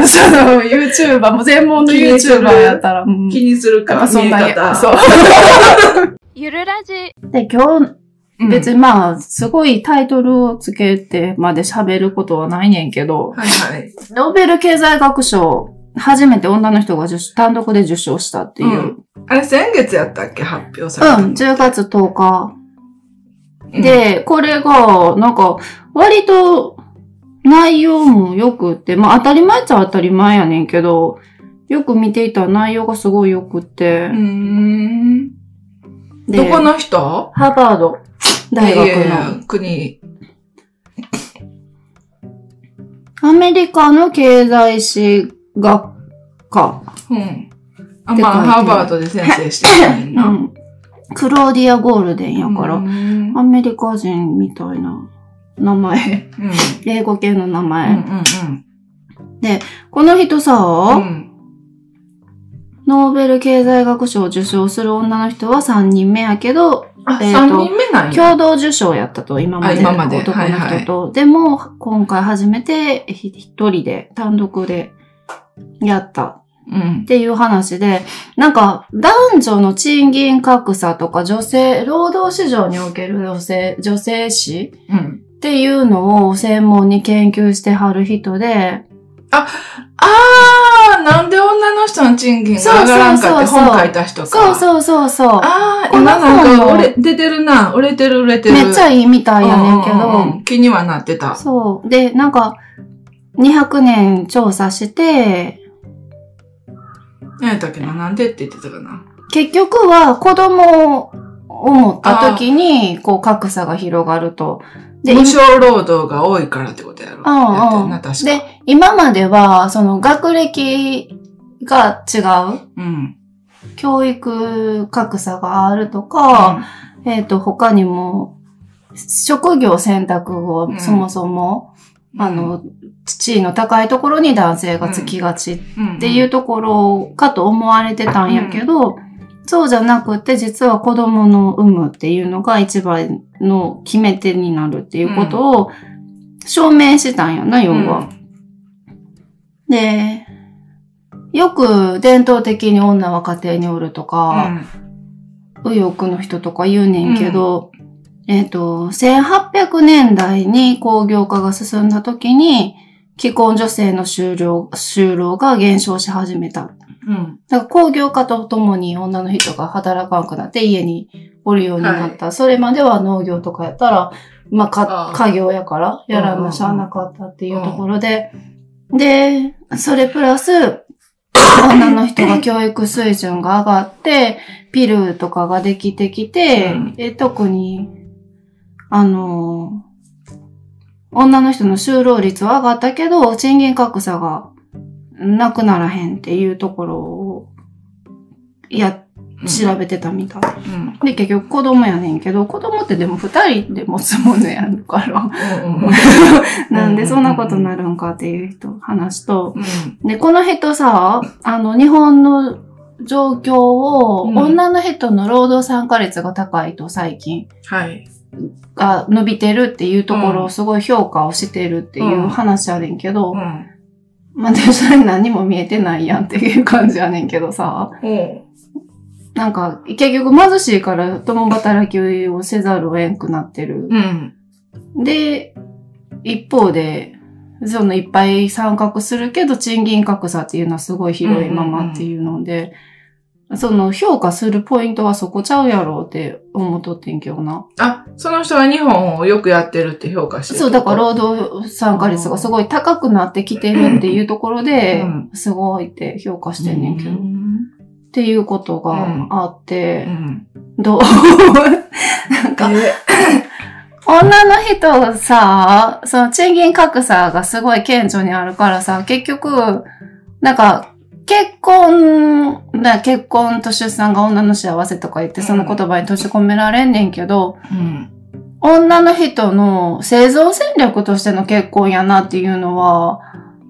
[SPEAKER 2] その YouTuber、もう全盲の
[SPEAKER 1] 気にする
[SPEAKER 2] YouTuber やったら、うん
[SPEAKER 1] 気にする
[SPEAKER 2] や
[SPEAKER 1] か
[SPEAKER 2] っぱ、そ
[SPEAKER 1] 見
[SPEAKER 2] ん
[SPEAKER 1] え
[SPEAKER 2] なに
[SPEAKER 1] 方。、
[SPEAKER 2] そう。
[SPEAKER 3] ゆるラジ。
[SPEAKER 2] で、今
[SPEAKER 1] う
[SPEAKER 2] 日、
[SPEAKER 1] ん
[SPEAKER 2] 別にまあ、すごいタイトルをつけてまで喋ることはないねんけど、
[SPEAKER 1] はいはい。
[SPEAKER 2] ノーベル経済学賞、初めて女の人が受賞単独で受賞したっていう。
[SPEAKER 1] う
[SPEAKER 2] うんん、
[SPEAKER 1] あれ、先月やったっけ発表されたの。
[SPEAKER 2] 10月10日。
[SPEAKER 1] うん、
[SPEAKER 2] で、これが、なんか、割と、内容も良くって、まあ当たり前っちゃ当たり前やねんけど、よく見ていたら内容がすごい良くって
[SPEAKER 1] うー、ん。
[SPEAKER 2] で
[SPEAKER 1] どこの人
[SPEAKER 2] ハーバード大
[SPEAKER 1] いやい
[SPEAKER 2] 学の、
[SPEAKER 1] や国。
[SPEAKER 2] アメリカの経済史学科、
[SPEAKER 1] うん。あ、
[SPEAKER 2] って
[SPEAKER 1] まあ、ハー
[SPEAKER 2] 書いてる
[SPEAKER 1] バードで先生してたねん
[SPEAKER 2] う
[SPEAKER 1] な。
[SPEAKER 2] ん、クローディア・ゴールデンやから、
[SPEAKER 1] うん。うん。
[SPEAKER 2] アメリカ人みたいな 名前、
[SPEAKER 1] うん。
[SPEAKER 2] 英語系の名
[SPEAKER 1] う
[SPEAKER 2] 前。
[SPEAKER 1] ん。
[SPEAKER 2] この人さ、
[SPEAKER 1] うん。
[SPEAKER 2] ノーベル経済学賞を受賞する女の人は3人目やけど、
[SPEAKER 1] あ、
[SPEAKER 2] えーと
[SPEAKER 1] 三人目なんや。
[SPEAKER 2] 共同受賞やったと、今ま
[SPEAKER 1] あ
[SPEAKER 2] で。
[SPEAKER 1] 今まで
[SPEAKER 2] 男の人と。
[SPEAKER 1] はい
[SPEAKER 2] でも、今回初めてひ一人で、単独でやった
[SPEAKER 1] うん
[SPEAKER 2] っ。ていう話で、なんか、男女の賃金格差とか、女性、労働市場における女性、女性史
[SPEAKER 1] うん。
[SPEAKER 2] っていうのを専門に研究してはる人で、
[SPEAKER 1] あー、なんで女の人の賃金が上がらんかって
[SPEAKER 2] そうそうそうそう
[SPEAKER 1] 本書いた人か。
[SPEAKER 2] そうそうそうそう。
[SPEAKER 1] あー、
[SPEAKER 2] この
[SPEAKER 1] 今なんか
[SPEAKER 2] 本も
[SPEAKER 1] 売れ、出てるな。売れてる売れてる。
[SPEAKER 2] めっちゃいいみたいやねんけど、
[SPEAKER 1] うんうんうん気にはなってた。
[SPEAKER 2] そう。で、なんか、200年調査して、
[SPEAKER 1] 何やったっけななんでって言ってたかな。
[SPEAKER 2] 結局は子供を持った時に、こう、格差が広がると。で、
[SPEAKER 1] 無
[SPEAKER 2] い
[SPEAKER 1] 償労働が多いからってことやろ。
[SPEAKER 2] うんうん
[SPEAKER 1] やったよな、確か。
[SPEAKER 2] で、今までは、その学歴が違う、
[SPEAKER 1] うん。
[SPEAKER 2] 教育格差があるとか、えっ、と、他にも、職業選択を
[SPEAKER 1] うん
[SPEAKER 2] そもそも、
[SPEAKER 1] うん
[SPEAKER 2] あ、の、地位の高いところに男性がつきがち
[SPEAKER 1] うん
[SPEAKER 2] っていうところかと思われてたんやけど、そうじゃなくて実は子供の産むっていうのが一番の決め手になるっていうことを証明したんやな、要は。で、よく伝統的に女は家庭におるとか、右翼の人とか言うねんけど、えっ、と、1800年代に工業化が進んだ時に、既婚女性の就労就労が減少し始めた。
[SPEAKER 1] うん。
[SPEAKER 2] だから工業化とともに女の人が働かなくなって家におるようになった。それまでは農業とかやったら、まあ、
[SPEAKER 1] あ
[SPEAKER 2] か
[SPEAKER 1] あ
[SPEAKER 2] 家業やからやらなしゃあなかったっていうところで、で、それプラス、女の人が教育水準が上がって、ピルとかができてきて、
[SPEAKER 1] うん
[SPEAKER 2] え特に、あの、女の人の就労率は上がったけど、賃金格差がなくならへんっていうところを、や、調べてたみたい。
[SPEAKER 1] うん。
[SPEAKER 2] で、結局子供やねんけど、子供ってでも二人で持つものやるから、
[SPEAKER 1] うん。うん。
[SPEAKER 2] なんでそんなことなるんかっていう人、話と。
[SPEAKER 1] うん。
[SPEAKER 2] で、この人さ、あの、日本の状況を、
[SPEAKER 1] うん
[SPEAKER 2] 女の人の労働参加率が高いと最近
[SPEAKER 1] はい。
[SPEAKER 2] が伸びてるっていうところ
[SPEAKER 1] う
[SPEAKER 2] を
[SPEAKER 1] ん
[SPEAKER 2] すごい評価をしてるっていう話やねんけど、
[SPEAKER 1] うん。
[SPEAKER 2] まあ、でもそれ何も見えてないやんっていう感じやねんけどさ、
[SPEAKER 1] うん。
[SPEAKER 2] なんか、結局貧しいから共働きをせざるを得んくなってる。
[SPEAKER 1] うん。
[SPEAKER 2] で、一方で、そのいっぱい参画するけど、賃金格差っていうのはすごい広いままっていうので、その評価するポイントはそこちゃうやろうって思っとってんけどな。
[SPEAKER 1] あ、その人は日本をよくやってるって評価してる。
[SPEAKER 2] そう、だから労働参加率がすごい高くなってきてるっていうところで
[SPEAKER 1] う、
[SPEAKER 2] すごいって評価してんねんけど。
[SPEAKER 1] う
[SPEAKER 2] っ
[SPEAKER 1] ん。
[SPEAKER 2] ていうことがあって
[SPEAKER 1] う、ん。
[SPEAKER 2] どうなんか、
[SPEAKER 1] え
[SPEAKER 2] 女の人さ、その賃金格差がすごい顕著にあるからさ、結局、なんか、結婚、な結婚と出産が女の幸せとか言って、その言葉に閉じ込められんねんけど、
[SPEAKER 1] うん。
[SPEAKER 2] 女の人の生存戦略としての結婚やなっていうのは、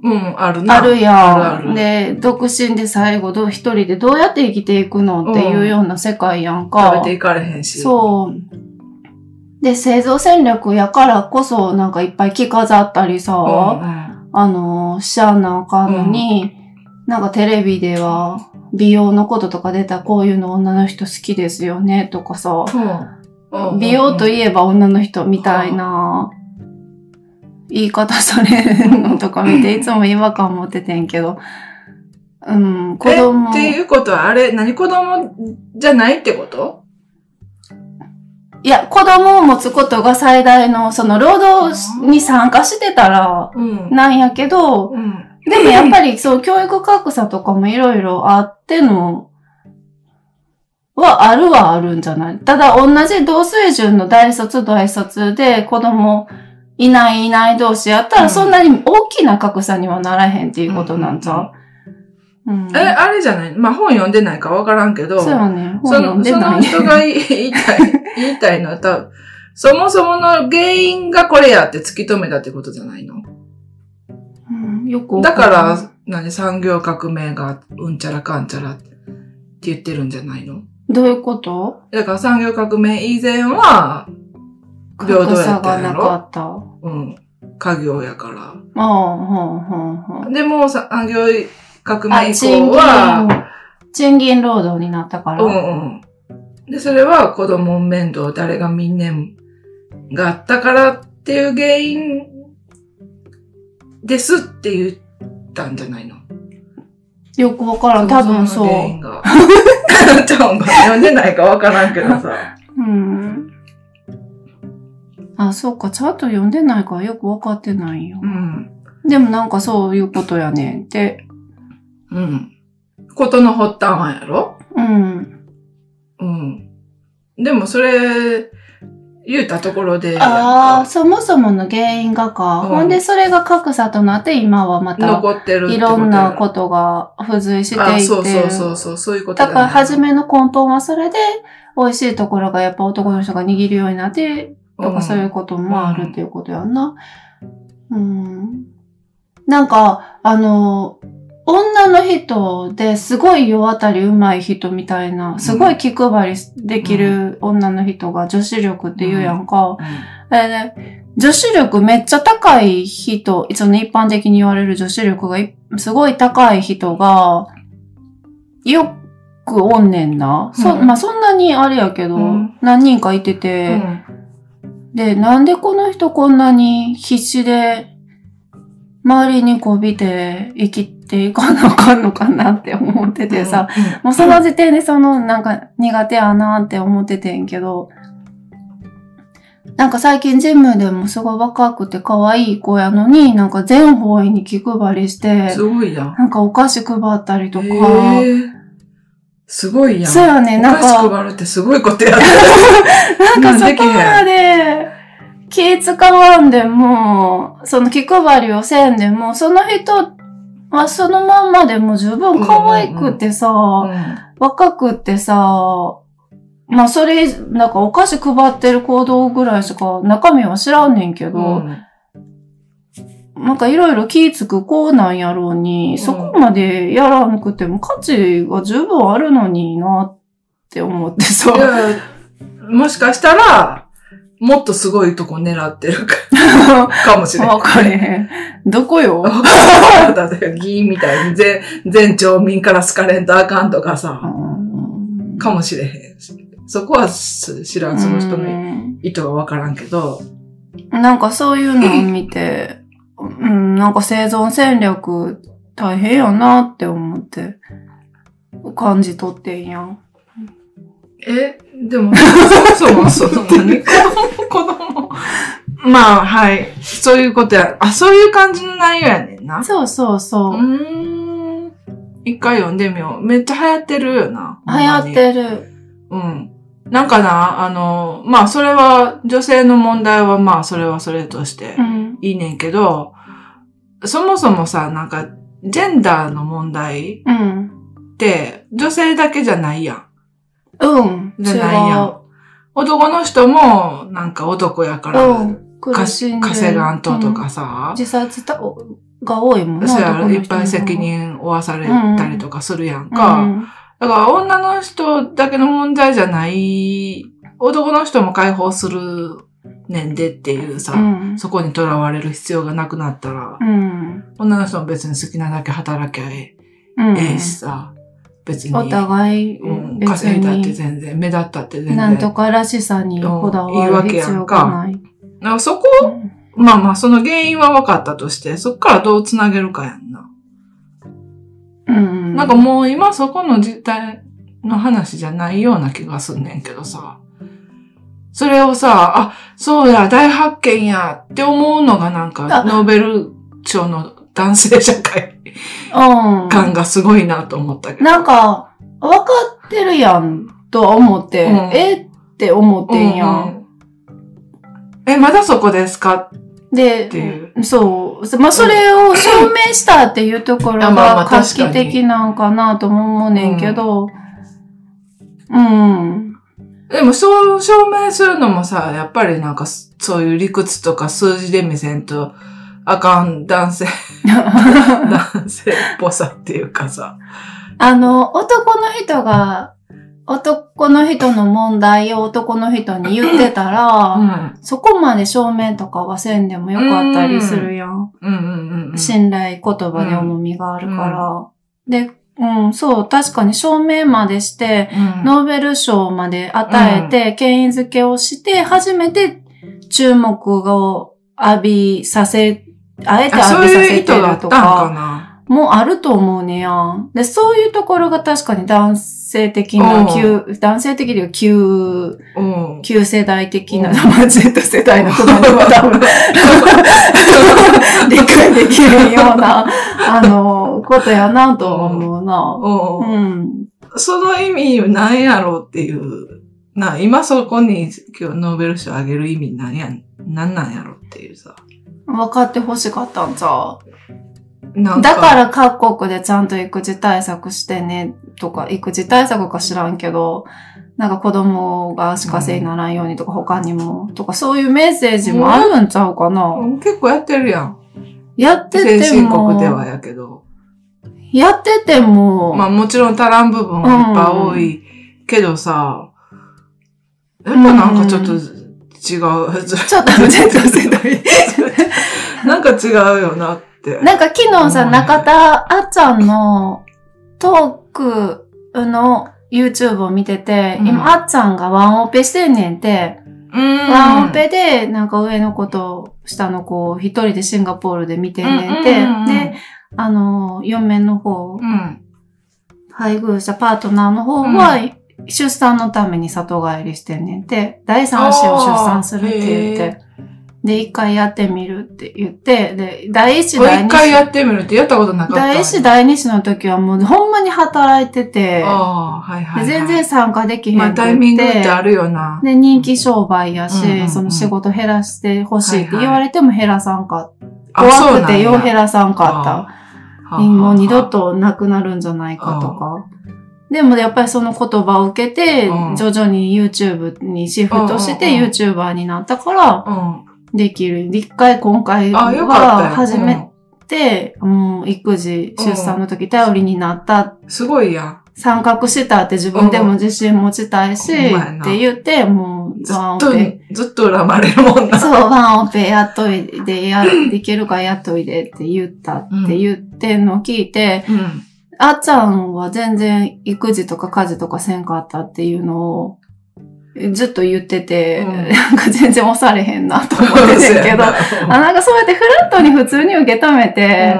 [SPEAKER 1] うん、あるな。
[SPEAKER 2] あるやん。
[SPEAKER 1] あるある
[SPEAKER 2] で、独身で最後、どう一人でどうやって生きていくのっていうような世界やんか。
[SPEAKER 1] 食べていかれへんし。
[SPEAKER 2] そう。で、製造戦略やからこそ、なんかいっぱい着飾ったり
[SPEAKER 1] うん。
[SPEAKER 2] さ、あのー、しゃあなあかんのに、なんかテレビでは、美容のこととか出たこういうの女の人好きですよね、とかさ、
[SPEAKER 1] うんうん。
[SPEAKER 2] 美容と
[SPEAKER 1] い
[SPEAKER 2] いえば女の人みたいな、言い方されるのとか 見て、いつも違和感持っててんけど、うん、子供
[SPEAKER 1] っ、ていうことは、あれ、何子供じゃないってこと
[SPEAKER 2] いや、子供を持つことが最大の、その労働に参加してたら、
[SPEAKER 1] うん。
[SPEAKER 2] なんやけど、
[SPEAKER 1] うん。
[SPEAKER 2] でもやっ ぱりそう、教育格差とかもいろいろあっての、はあるはあるんじゃないただ同じ同水準の大卒大卒で子供いないいない同士やった
[SPEAKER 1] う
[SPEAKER 2] ら
[SPEAKER 1] ん
[SPEAKER 2] そんなに大きな格差にはならへんっていうことなんじゃううん。
[SPEAKER 1] え、あれじゃないまあ、本読んでないかわからんけど。
[SPEAKER 2] そうやね。本
[SPEAKER 1] そ
[SPEAKER 2] 読ん
[SPEAKER 1] の、
[SPEAKER 2] で
[SPEAKER 1] そ
[SPEAKER 2] な
[SPEAKER 1] の
[SPEAKER 2] い。
[SPEAKER 1] 人が言い言いたい、言いたいのは多分、そもそもの原因がこれやって突き止めたってことじゃないの。
[SPEAKER 2] うんよくわ
[SPEAKER 1] だ
[SPEAKER 2] んな
[SPEAKER 1] か
[SPEAKER 2] い
[SPEAKER 1] ら、何、産業革命がうんちゃらかんちゃらって言ってるんじゃないの
[SPEAKER 2] どういうこと
[SPEAKER 1] だから産業革命以前は、平等
[SPEAKER 2] 格
[SPEAKER 1] や
[SPEAKER 2] 差
[SPEAKER 1] った
[SPEAKER 2] が
[SPEAKER 1] んや
[SPEAKER 2] な
[SPEAKER 1] ろ
[SPEAKER 2] かった。あ
[SPEAKER 1] うん、家業やか
[SPEAKER 2] あ、ほんほんほん
[SPEAKER 1] ら。。でも、産業革
[SPEAKER 2] あ
[SPEAKER 1] 命以
[SPEAKER 2] 賃
[SPEAKER 1] 降
[SPEAKER 2] 金
[SPEAKER 1] は、
[SPEAKER 2] 賃金労働になったから。
[SPEAKER 1] うんうん。で、それは子供面倒、誰が見んねんがあったからっていう原因ですって言ったんじゃないの
[SPEAKER 2] よくわからん。多分そう
[SPEAKER 1] の。原因が。 ちゃうんか読んでないかわからんけどさ。
[SPEAKER 2] うん。あ、そうか。ちゃんと読んでないからよくわかってないよ
[SPEAKER 1] う。ん。
[SPEAKER 2] でもなんかそういうことやねんって。
[SPEAKER 1] うん。ことの発端はやろ
[SPEAKER 2] うん。
[SPEAKER 1] うん。でもそれ、言うたところで、
[SPEAKER 2] ああ、そもそもの原因がか。
[SPEAKER 1] うん
[SPEAKER 2] ほんで、それが格差となって、今はまた、
[SPEAKER 1] 残ってるって
[SPEAKER 2] い
[SPEAKER 1] こと
[SPEAKER 2] ろんなこととが付随していて。
[SPEAKER 1] あ、そうそうそうそう、そういうこと
[SPEAKER 2] だから、初
[SPEAKER 1] め、
[SPEAKER 2] めの根本はそれで、美味しいところがやっぱ男の人が握るようになって、とかそういうこともあるっていうことやんな。うん。なんか、あの、女の人ですごい世当たり上手い人みたいな、すごい気配りできる女の人が女子力って言うやんか。
[SPEAKER 1] うん
[SPEAKER 2] えー女子力めっちゃ高い人、その一般的に言われる女子力がいすごい高い人が、よくおんねんな。そ、
[SPEAKER 1] うん
[SPEAKER 2] まあ、そんなにあれやけど、
[SPEAKER 1] うん
[SPEAKER 2] 何人かいて
[SPEAKER 1] う
[SPEAKER 2] て、
[SPEAKER 1] ん。
[SPEAKER 2] で、なんでこの人こんなに必死で、周りにこびて生きていかなあかんのかなって思っててさ、もうその時点でそのなんか苦手やなって思っててんけど、なんか最近ジムでもすごい若くて可愛い子やのに、なんか全方位に気配りし
[SPEAKER 1] うん、
[SPEAKER 2] て、
[SPEAKER 1] すごいやん。
[SPEAKER 2] なんかお菓子配ったりとか、
[SPEAKER 1] へーすごいやん。
[SPEAKER 2] そうやね、
[SPEAKER 1] お
[SPEAKER 2] なん
[SPEAKER 1] かしく
[SPEAKER 2] か、
[SPEAKER 1] 配るってすごいことやっ
[SPEAKER 2] なんかそ
[SPEAKER 1] うんできへ
[SPEAKER 2] こ
[SPEAKER 1] ん
[SPEAKER 2] まで気使わんでも、その気配りをせんでも、その人はそのまんまでも十分可愛くてさ、
[SPEAKER 1] た。
[SPEAKER 2] 若くってさ、まあそれ、なんかお菓子配ってる行動ぐらいしか中身は知らんねんけ
[SPEAKER 1] うん。う
[SPEAKER 2] ど、
[SPEAKER 1] ん
[SPEAKER 2] なんかいろいろ気ぃつく子なんやろうに、
[SPEAKER 1] うん
[SPEAKER 2] そこまでやらなくても価値が十分あるのになって思ってさ。
[SPEAKER 1] いやもしかしたら、もっとすごいとこ狙ってるか かもしれない。
[SPEAKER 2] わか れへん。どこよ
[SPEAKER 1] だって議員みたいに全、全町民から好かれんとあかんとかさ、かもしれへんし。そこはす知らん、その人
[SPEAKER 2] う
[SPEAKER 1] の
[SPEAKER 2] ん
[SPEAKER 1] 意図がわからんけど、
[SPEAKER 2] なんかそういうのを見て、うん、なんか生存戦略大変やなって思って、感じ取ってんやん。
[SPEAKER 1] え、で も、そもそも、その何子供、子供。まあ、はい。そういうことや。あ、そういう感じの内容やねんな。
[SPEAKER 2] そうそう
[SPEAKER 1] う
[SPEAKER 2] そう。
[SPEAKER 1] ーん。一回読んでみよう。めっちゃ流行ってるよな。
[SPEAKER 2] 流行ってる。
[SPEAKER 1] うん。なんかな、あの、まあ、それは、女性の問題は、まあ、それはそれとして
[SPEAKER 2] う、ん。
[SPEAKER 1] いいねんけど、そもそもさ、なんか、ジェンダーの問題
[SPEAKER 2] うん。
[SPEAKER 1] って、女性だけじゃないやん。
[SPEAKER 2] うん。
[SPEAKER 1] じゃ
[SPEAKER 2] 違
[SPEAKER 1] ないやん
[SPEAKER 2] う。。
[SPEAKER 1] 男の人も、なんか男やから、
[SPEAKER 2] うん。苦しんで
[SPEAKER 1] 稼
[SPEAKER 2] る
[SPEAKER 1] がんとと
[SPEAKER 2] うん
[SPEAKER 1] かさ、
[SPEAKER 2] 自殺たおが多いもん
[SPEAKER 1] そうやろ、いっ
[SPEAKER 2] 男
[SPEAKER 1] ぱ
[SPEAKER 2] の
[SPEAKER 1] い
[SPEAKER 2] 人の方が
[SPEAKER 1] 責任負わされたりとかするやんか。
[SPEAKER 2] うん
[SPEAKER 1] だから女の人だけの問題じゃない、男の人も解放するねんでっていうさ、
[SPEAKER 2] うん。
[SPEAKER 1] そこにとらわれる必要がなくなったら、
[SPEAKER 2] うん。
[SPEAKER 1] 女の人も別に好きなだけ働きゃえ
[SPEAKER 2] うん
[SPEAKER 1] えしさ、別に。
[SPEAKER 2] お互い
[SPEAKER 1] うん、
[SPEAKER 2] 別
[SPEAKER 1] 稼いだって
[SPEAKER 2] に
[SPEAKER 1] 全然、目立ったって全然。
[SPEAKER 2] なんとからしさにこだわる必要がない。
[SPEAKER 1] なんかそこ、まあまあ、その原因は分かったとして、そこからどうつなげるかやんな。
[SPEAKER 2] うん。
[SPEAKER 1] なんかもう今そこの実態の話じゃないような気がすんねんけどさ。それをさ、あ、そうや、大発見やって思うのがなんか
[SPEAKER 2] あ、
[SPEAKER 1] ノーベル賞の男性社会
[SPEAKER 2] うん。
[SPEAKER 1] 感がすごいなと思ったけど。
[SPEAKER 2] なんか、分かってるやんとは思って、
[SPEAKER 1] うん
[SPEAKER 2] えって思ってんや。
[SPEAKER 1] うんんえ、まだそこですか
[SPEAKER 2] で
[SPEAKER 1] って、いう。
[SPEAKER 2] そう。そまあ、それを証明したっていうところ
[SPEAKER 1] いやまあまあ
[SPEAKER 2] が画
[SPEAKER 1] 確か
[SPEAKER 2] 期
[SPEAKER 1] に
[SPEAKER 2] 的なんかなとも思うねんけど、うん。
[SPEAKER 1] でも、そう証明するのもさ、やっぱりなんかす、そういう理屈とか数字で見せんと、あかん男性、男性っぽさっていうかさ。
[SPEAKER 2] あの、男の人が、男の人の問題を男の人に言ってたら、
[SPEAKER 1] うん。
[SPEAKER 2] そこまで証明とかはせんでもよかったりするやん。
[SPEAKER 1] うんうんうんうん。
[SPEAKER 2] 信頼言葉で重みがあるから。で、うん、そう、確かに証明までして、
[SPEAKER 1] の、
[SPEAKER 2] ノーベル賞まで与えて、権威づけをして、初めて注目を浴びさせ、あえて
[SPEAKER 1] あ
[SPEAKER 2] 浴
[SPEAKER 1] そう
[SPEAKER 2] びさ
[SPEAKER 1] いう
[SPEAKER 2] せ
[SPEAKER 1] 意図
[SPEAKER 2] て
[SPEAKER 1] があ
[SPEAKER 2] る
[SPEAKER 1] った
[SPEAKER 2] と
[SPEAKER 1] んか
[SPEAKER 2] か、
[SPEAKER 1] な。
[SPEAKER 2] もあると思うねやん。で、そういうところが確かに男性的な、
[SPEAKER 1] う
[SPEAKER 2] 旧男性的では旧、
[SPEAKER 1] うん。
[SPEAKER 2] 旧世代的な、
[SPEAKER 1] うん
[SPEAKER 2] まあ Z 世代の子供は多分、理解できるよ うな、あの、ことやなと思うな。
[SPEAKER 1] う
[SPEAKER 2] うんん。
[SPEAKER 1] その意味なんやろうっていう。な、今そこに今日ノーベル賞あげる意味なんや、なんなんやろうっていうさ。
[SPEAKER 2] 分かって欲しかったんちゃう
[SPEAKER 1] なん
[SPEAKER 2] だか、ら各国でちゃんと育児対策してねとか、育児対策か知らんけど、なんか子供が足かせにならんようにとか他にも、とかそういうメッセージもあるんちゃうかな、
[SPEAKER 1] うん結構やってるやん。
[SPEAKER 2] やって
[SPEAKER 1] 先
[SPEAKER 2] て
[SPEAKER 1] 進
[SPEAKER 2] も、
[SPEAKER 1] 国ではやけど。
[SPEAKER 2] やってても、
[SPEAKER 1] まあもちろん足らん部分はいっぱい多いけどさ、やっぱなんかちょっと違う。
[SPEAKER 2] ちょっと Z 世代。
[SPEAKER 1] なんか違うよなって。
[SPEAKER 2] なんか昨日さ、
[SPEAKER 1] うん
[SPEAKER 2] 中田あっちゃんのトークの YouTube を見てて、
[SPEAKER 1] うん
[SPEAKER 2] 今、あっちゃんがワンオペしてんねんて、
[SPEAKER 1] うん
[SPEAKER 2] ワンオペで、なんか上の子と下の子を一人でシンガポールで見てんねんて、で、、あの、嫁の方
[SPEAKER 1] うん、うん
[SPEAKER 2] 配偶者、パートナーの方は、出産のために里帰りしてんねんて、第三子を出産するって言っ
[SPEAKER 1] あー
[SPEAKER 2] て、で、一回やってみるって言って、で、第一、
[SPEAKER 1] うん。もう
[SPEAKER 2] 第
[SPEAKER 1] 一
[SPEAKER 2] 二
[SPEAKER 1] 回
[SPEAKER 2] 子
[SPEAKER 1] やってみるってやったことなかった。
[SPEAKER 2] 第一、第二子の時はもうほんまに働いてて、
[SPEAKER 1] ああ、はいはい、はい。
[SPEAKER 2] で全然参加できへん
[SPEAKER 1] まあ
[SPEAKER 2] って言って
[SPEAKER 1] タイミングってあるよな。
[SPEAKER 2] で、人気商売やし、
[SPEAKER 1] うんうんうん
[SPEAKER 2] その仕事減らしてほしいって
[SPEAKER 1] はいはい
[SPEAKER 2] 言われても減らさんかっ
[SPEAKER 1] あ
[SPEAKER 2] 怖くてよう減
[SPEAKER 1] ら
[SPEAKER 2] らさんかった。もう二度。となくなるんじゃないかとか。でもやっぱりその言葉を受けて
[SPEAKER 1] うん、
[SPEAKER 2] 徐々に YouTube にシフトして
[SPEAKER 1] うんうんうん
[SPEAKER 2] YouTuber になったから、
[SPEAKER 1] はあは
[SPEAKER 2] できる。一回今回
[SPEAKER 1] あはあうん。あ、よかった
[SPEAKER 2] は
[SPEAKER 1] よ。
[SPEAKER 2] 初めて、もう育児、出産の時頼りになった
[SPEAKER 1] うんすごいやん。
[SPEAKER 2] 参画したって自分でも自信持ちたいし、
[SPEAKER 1] うんほんまや
[SPEAKER 2] っ
[SPEAKER 1] な
[SPEAKER 2] て言って、もう、
[SPEAKER 1] ず
[SPEAKER 2] ワンオ
[SPEAKER 1] っ
[SPEAKER 2] ペ。
[SPEAKER 1] と、ずっと恨まれるもんな。
[SPEAKER 2] そう、ワンオペやっといて、や、できるかやっといてって言ったって言ってんのを聞いて、
[SPEAKER 1] うん。
[SPEAKER 2] あっちゃんは全然育児とか家事とかせんかったっていうのを、ずっと言ってて、
[SPEAKER 1] うん
[SPEAKER 2] なんか全然押されへんなと思っててんけど、あ、
[SPEAKER 1] ど。
[SPEAKER 2] なんかそうやってフラットに普通に受け止めて、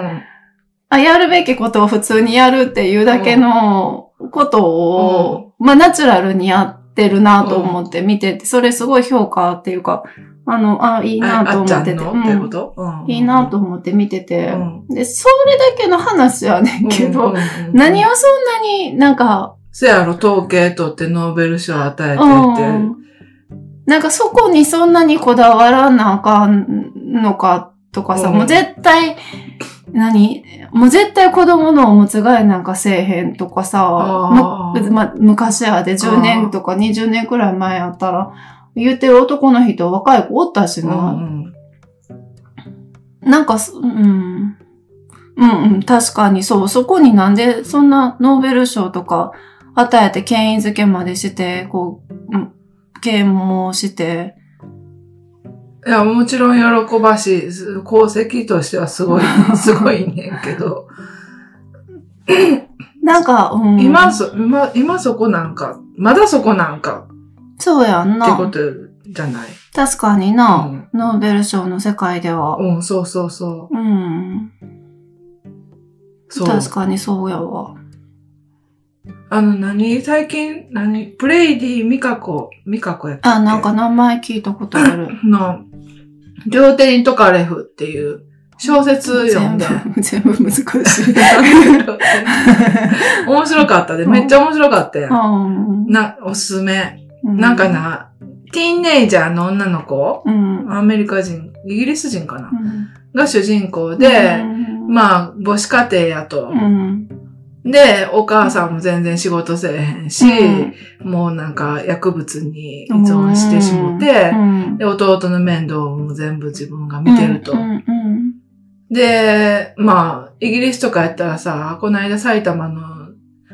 [SPEAKER 2] あ、やるべきことを普通にやるっていうだけのことを、まあナチュラルにやってるなと思って見てて、それすごい評価っていうか、あの、あ、いい
[SPEAKER 1] あ
[SPEAKER 2] なと
[SPEAKER 1] あ
[SPEAKER 2] 思
[SPEAKER 1] っちゃ
[SPEAKER 2] っ
[SPEAKER 1] ん
[SPEAKER 2] てて、
[SPEAKER 1] の
[SPEAKER 2] うん
[SPEAKER 1] ってことうん
[SPEAKER 2] いいなと思って見てて、
[SPEAKER 1] うん
[SPEAKER 2] で、それだけの話やねんけど、
[SPEAKER 1] うんうんうん
[SPEAKER 2] 何をそんなになんか、
[SPEAKER 1] せやろ、統計取ってノーベル賞与え
[SPEAKER 2] う
[SPEAKER 1] てって。
[SPEAKER 2] ん、なんかそこにそんなにこだわらなあかんのかとかさ、
[SPEAKER 1] うん
[SPEAKER 2] もう絶対、何もう絶対子供のおむつ替えなんかせえへんとかさ、
[SPEAKER 1] あー
[SPEAKER 2] むま昔やで10年とか20年くらい前やったら、言ってる男の人若い子おったし
[SPEAKER 1] う
[SPEAKER 2] な。
[SPEAKER 1] んうん
[SPEAKER 2] なんかそ、うん。うんうん、確かにそう。そこになんでそんなノーベル賞とか与えて権威づけまでして、こう、うん、啓蒙して、
[SPEAKER 1] いや、もちろん喜ばしい。す功績としてはすごい、すごいねんけど。
[SPEAKER 2] なんか、うん、
[SPEAKER 1] 今そ、今、今そこなんか、まだそこなんか
[SPEAKER 2] そうやん
[SPEAKER 1] ってこ
[SPEAKER 2] な。
[SPEAKER 1] とじゃない。
[SPEAKER 2] 確かにな、ノーベル賞の世界では
[SPEAKER 1] う。ん、うん、そうそうそう。
[SPEAKER 2] うん。
[SPEAKER 1] そう。
[SPEAKER 2] 確かにそうやわ。
[SPEAKER 1] あの、何最近、何プレイディ・ミカコ、ミカコやったっけ
[SPEAKER 2] あ、なんか名前聞いたことある。
[SPEAKER 1] の、両手にトカレフっていう 小説読んだ。
[SPEAKER 2] 全部、全部難しい。
[SPEAKER 1] 面白かったで、めっちゃ面白かったやん。
[SPEAKER 2] うん
[SPEAKER 1] な、おすすめ。なんか、な、ティーンネイジャーの女の子
[SPEAKER 2] うん。うん
[SPEAKER 1] アメリカ人、イギリス人かな
[SPEAKER 2] う
[SPEAKER 1] が主人公
[SPEAKER 2] んう
[SPEAKER 1] で、
[SPEAKER 2] ん
[SPEAKER 1] まあ、母子家庭やと
[SPEAKER 2] う。ん。
[SPEAKER 1] で、お母さんも全然仕事せえへんし、
[SPEAKER 2] うん
[SPEAKER 1] もうなんか薬物に依存してしもて
[SPEAKER 2] う、ん
[SPEAKER 1] で、弟の面倒も全部自分が見てると
[SPEAKER 2] う。んうん
[SPEAKER 1] で、まあ、イギリスとかやったらさ、この間埼玉の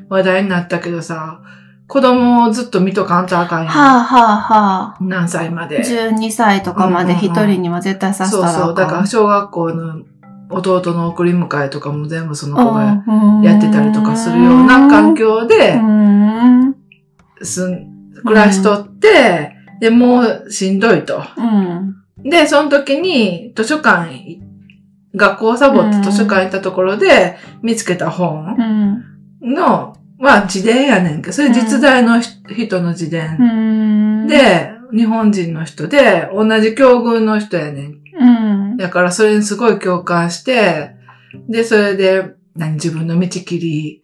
[SPEAKER 1] 話題になったけどさ、子供をずっと見とかんとあかん
[SPEAKER 2] は
[SPEAKER 1] やん。
[SPEAKER 2] あはあはあ。
[SPEAKER 1] 何歳まで。そ
[SPEAKER 2] 12歳とかまで一人には絶対さ
[SPEAKER 1] う
[SPEAKER 2] せたらあん。
[SPEAKER 1] そう。だから小学校の弟の送り迎えとかも全部その子が
[SPEAKER 2] ら
[SPEAKER 1] やってたりとかするような環境で
[SPEAKER 2] うん。
[SPEAKER 1] すん、暮らしとって、で、もうしんどいと。
[SPEAKER 2] うん。
[SPEAKER 1] で、その時に図書館い、学校をサボって図書館行ったところで見つけた本
[SPEAKER 2] うん。
[SPEAKER 1] の、まあ自伝やねんけど、それ実在のひ人の自
[SPEAKER 2] う
[SPEAKER 1] 伝。
[SPEAKER 2] ん、
[SPEAKER 1] で、日本人の人で、同じ境遇の人やねん。
[SPEAKER 2] うん。
[SPEAKER 1] だからそれにすごい共感して、で、それで、何、自分の道切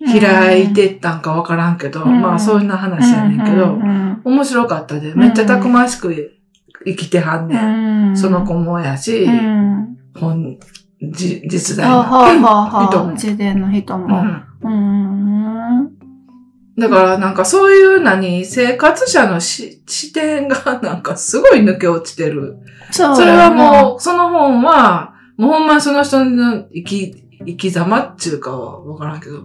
[SPEAKER 1] り開いてったんかわからんけど、
[SPEAKER 2] うん
[SPEAKER 1] まあそんな話やねんけ
[SPEAKER 2] う
[SPEAKER 1] ど、
[SPEAKER 2] ん
[SPEAKER 1] 面白かったで、めっちゃたくましく生きてはんねん。
[SPEAKER 2] うん、
[SPEAKER 1] その子もやし、
[SPEAKER 2] うん。
[SPEAKER 1] 本、じ実在
[SPEAKER 2] あは
[SPEAKER 1] の。
[SPEAKER 2] あはあ
[SPEAKER 1] 人
[SPEAKER 2] はあ。
[SPEAKER 1] も
[SPEAKER 2] 自伝の人
[SPEAKER 1] う
[SPEAKER 2] も。
[SPEAKER 1] ん
[SPEAKER 2] うん。
[SPEAKER 1] だからなんかそういう何、生活者のし視点がなんかすごい抜け落ちてる。
[SPEAKER 2] そう。
[SPEAKER 1] それはもう、その本は、もうほんまその人の生き、生き様っていうかはわからんけど、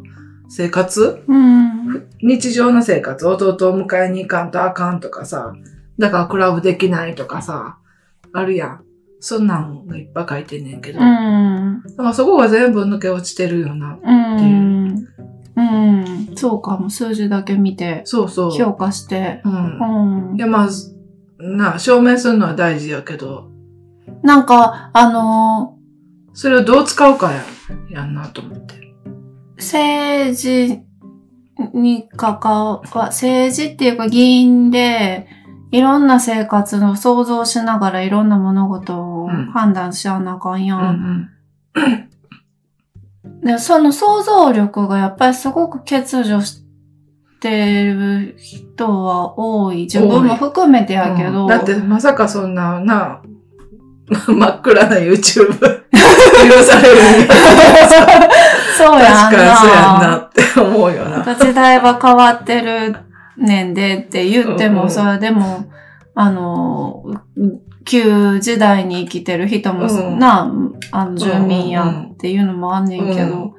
[SPEAKER 1] 生活
[SPEAKER 2] う。うん。
[SPEAKER 1] 日常の生活、弟を迎えに行かんとあかんとかさ、だからクラブできないとかさ、あるやん。そんなんがいっぱい書いてんねんけど、
[SPEAKER 2] うん。
[SPEAKER 1] なんかそこが全部抜け落ちてるよな。
[SPEAKER 2] うん。うん。そうかも。数字だけ見て、
[SPEAKER 1] そうそう。
[SPEAKER 2] 評価して。
[SPEAKER 1] うん
[SPEAKER 2] う。ん
[SPEAKER 1] い。や、まあ、な、証明するのは大事やけど、
[SPEAKER 2] なんか、あの
[SPEAKER 1] それをどう使うかや、やんなと思って。
[SPEAKER 2] ー政治に関わ、政治っていうか議員で、いろんな生活の想像しながらいろんな物事
[SPEAKER 1] う
[SPEAKER 2] を
[SPEAKER 1] ん
[SPEAKER 2] 判断しあなあかんや
[SPEAKER 1] うん
[SPEAKER 2] ん
[SPEAKER 1] うん。
[SPEAKER 2] で、その想像力がやっぱりすごく欠如してる人は多い。自分も含めてやけど。
[SPEAKER 1] うんだって、まさかそんな、な、 真っ暗な YouTube 許される。
[SPEAKER 2] そう
[SPEAKER 1] 確かにそ
[SPEAKER 2] やんな。
[SPEAKER 1] うやんなって思うよな。
[SPEAKER 2] 時代は変わってるねんでって言って
[SPEAKER 1] うんう
[SPEAKER 2] も、
[SPEAKER 1] ん
[SPEAKER 2] それでも、あの、旧時代に生きてる人も
[SPEAKER 1] うん
[SPEAKER 2] な、あの、住民やっていうのもあんねんけ
[SPEAKER 1] うん
[SPEAKER 2] ど、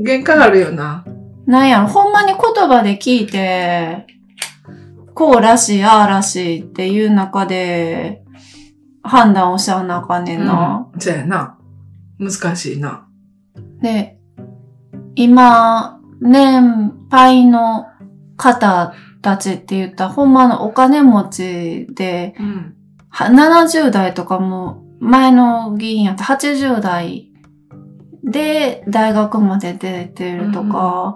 [SPEAKER 1] 限界あるよな。
[SPEAKER 2] なんやろ、ほんまに言葉で聞いて、こうらしい、ああらしいっていう中で、判断をしちゃうなあかんねんな。
[SPEAKER 1] うんそうやな。難しいな。
[SPEAKER 2] で、今、年配の方たちって言ったら、ほんまのお金持ちで、
[SPEAKER 1] うん。
[SPEAKER 2] は70代とかも、前の議員やった80代で大学まで出てるとか、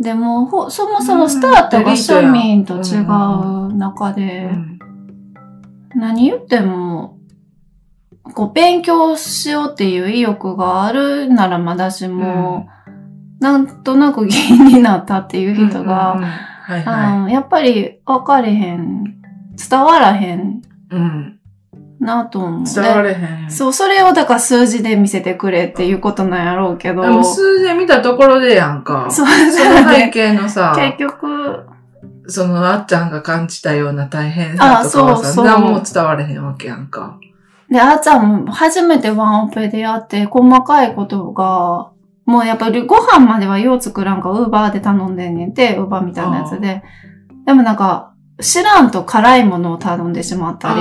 [SPEAKER 2] でもほ、そもそもスタートが庶民と違う中
[SPEAKER 1] う
[SPEAKER 2] で、
[SPEAKER 1] ん。
[SPEAKER 2] 何言っても、こう、勉強しようっていう意欲があるならまだしも、なんとなく議員になったっていう人が、
[SPEAKER 1] うんうんうんはい
[SPEAKER 2] あ
[SPEAKER 1] は
[SPEAKER 2] のやっぱり分かれへん、伝わらへん
[SPEAKER 1] い。うん。
[SPEAKER 2] なと思う。
[SPEAKER 1] 伝わ
[SPEAKER 2] で
[SPEAKER 1] れへん。
[SPEAKER 2] そう、それをだから数字で見せてくれっていうことなんやろうけど、
[SPEAKER 1] でも数字で見たところでやんか。
[SPEAKER 2] そう
[SPEAKER 1] その背景のさ、
[SPEAKER 2] 結局、
[SPEAKER 1] そのあっちゃんが感じたような大変さとかは
[SPEAKER 2] あそう
[SPEAKER 1] さ、
[SPEAKER 2] そう
[SPEAKER 1] 何も伝われへんわけやんか。
[SPEAKER 2] で、あーちゃんも初めてワンオペでやって、細かいことが、もうやっぱりご飯まではよう作らんか、ウーバーで頼んでんねんて、ウーバーみたいなやつで。でもなんか、知らんと辛いものを頼んでしまった
[SPEAKER 1] あ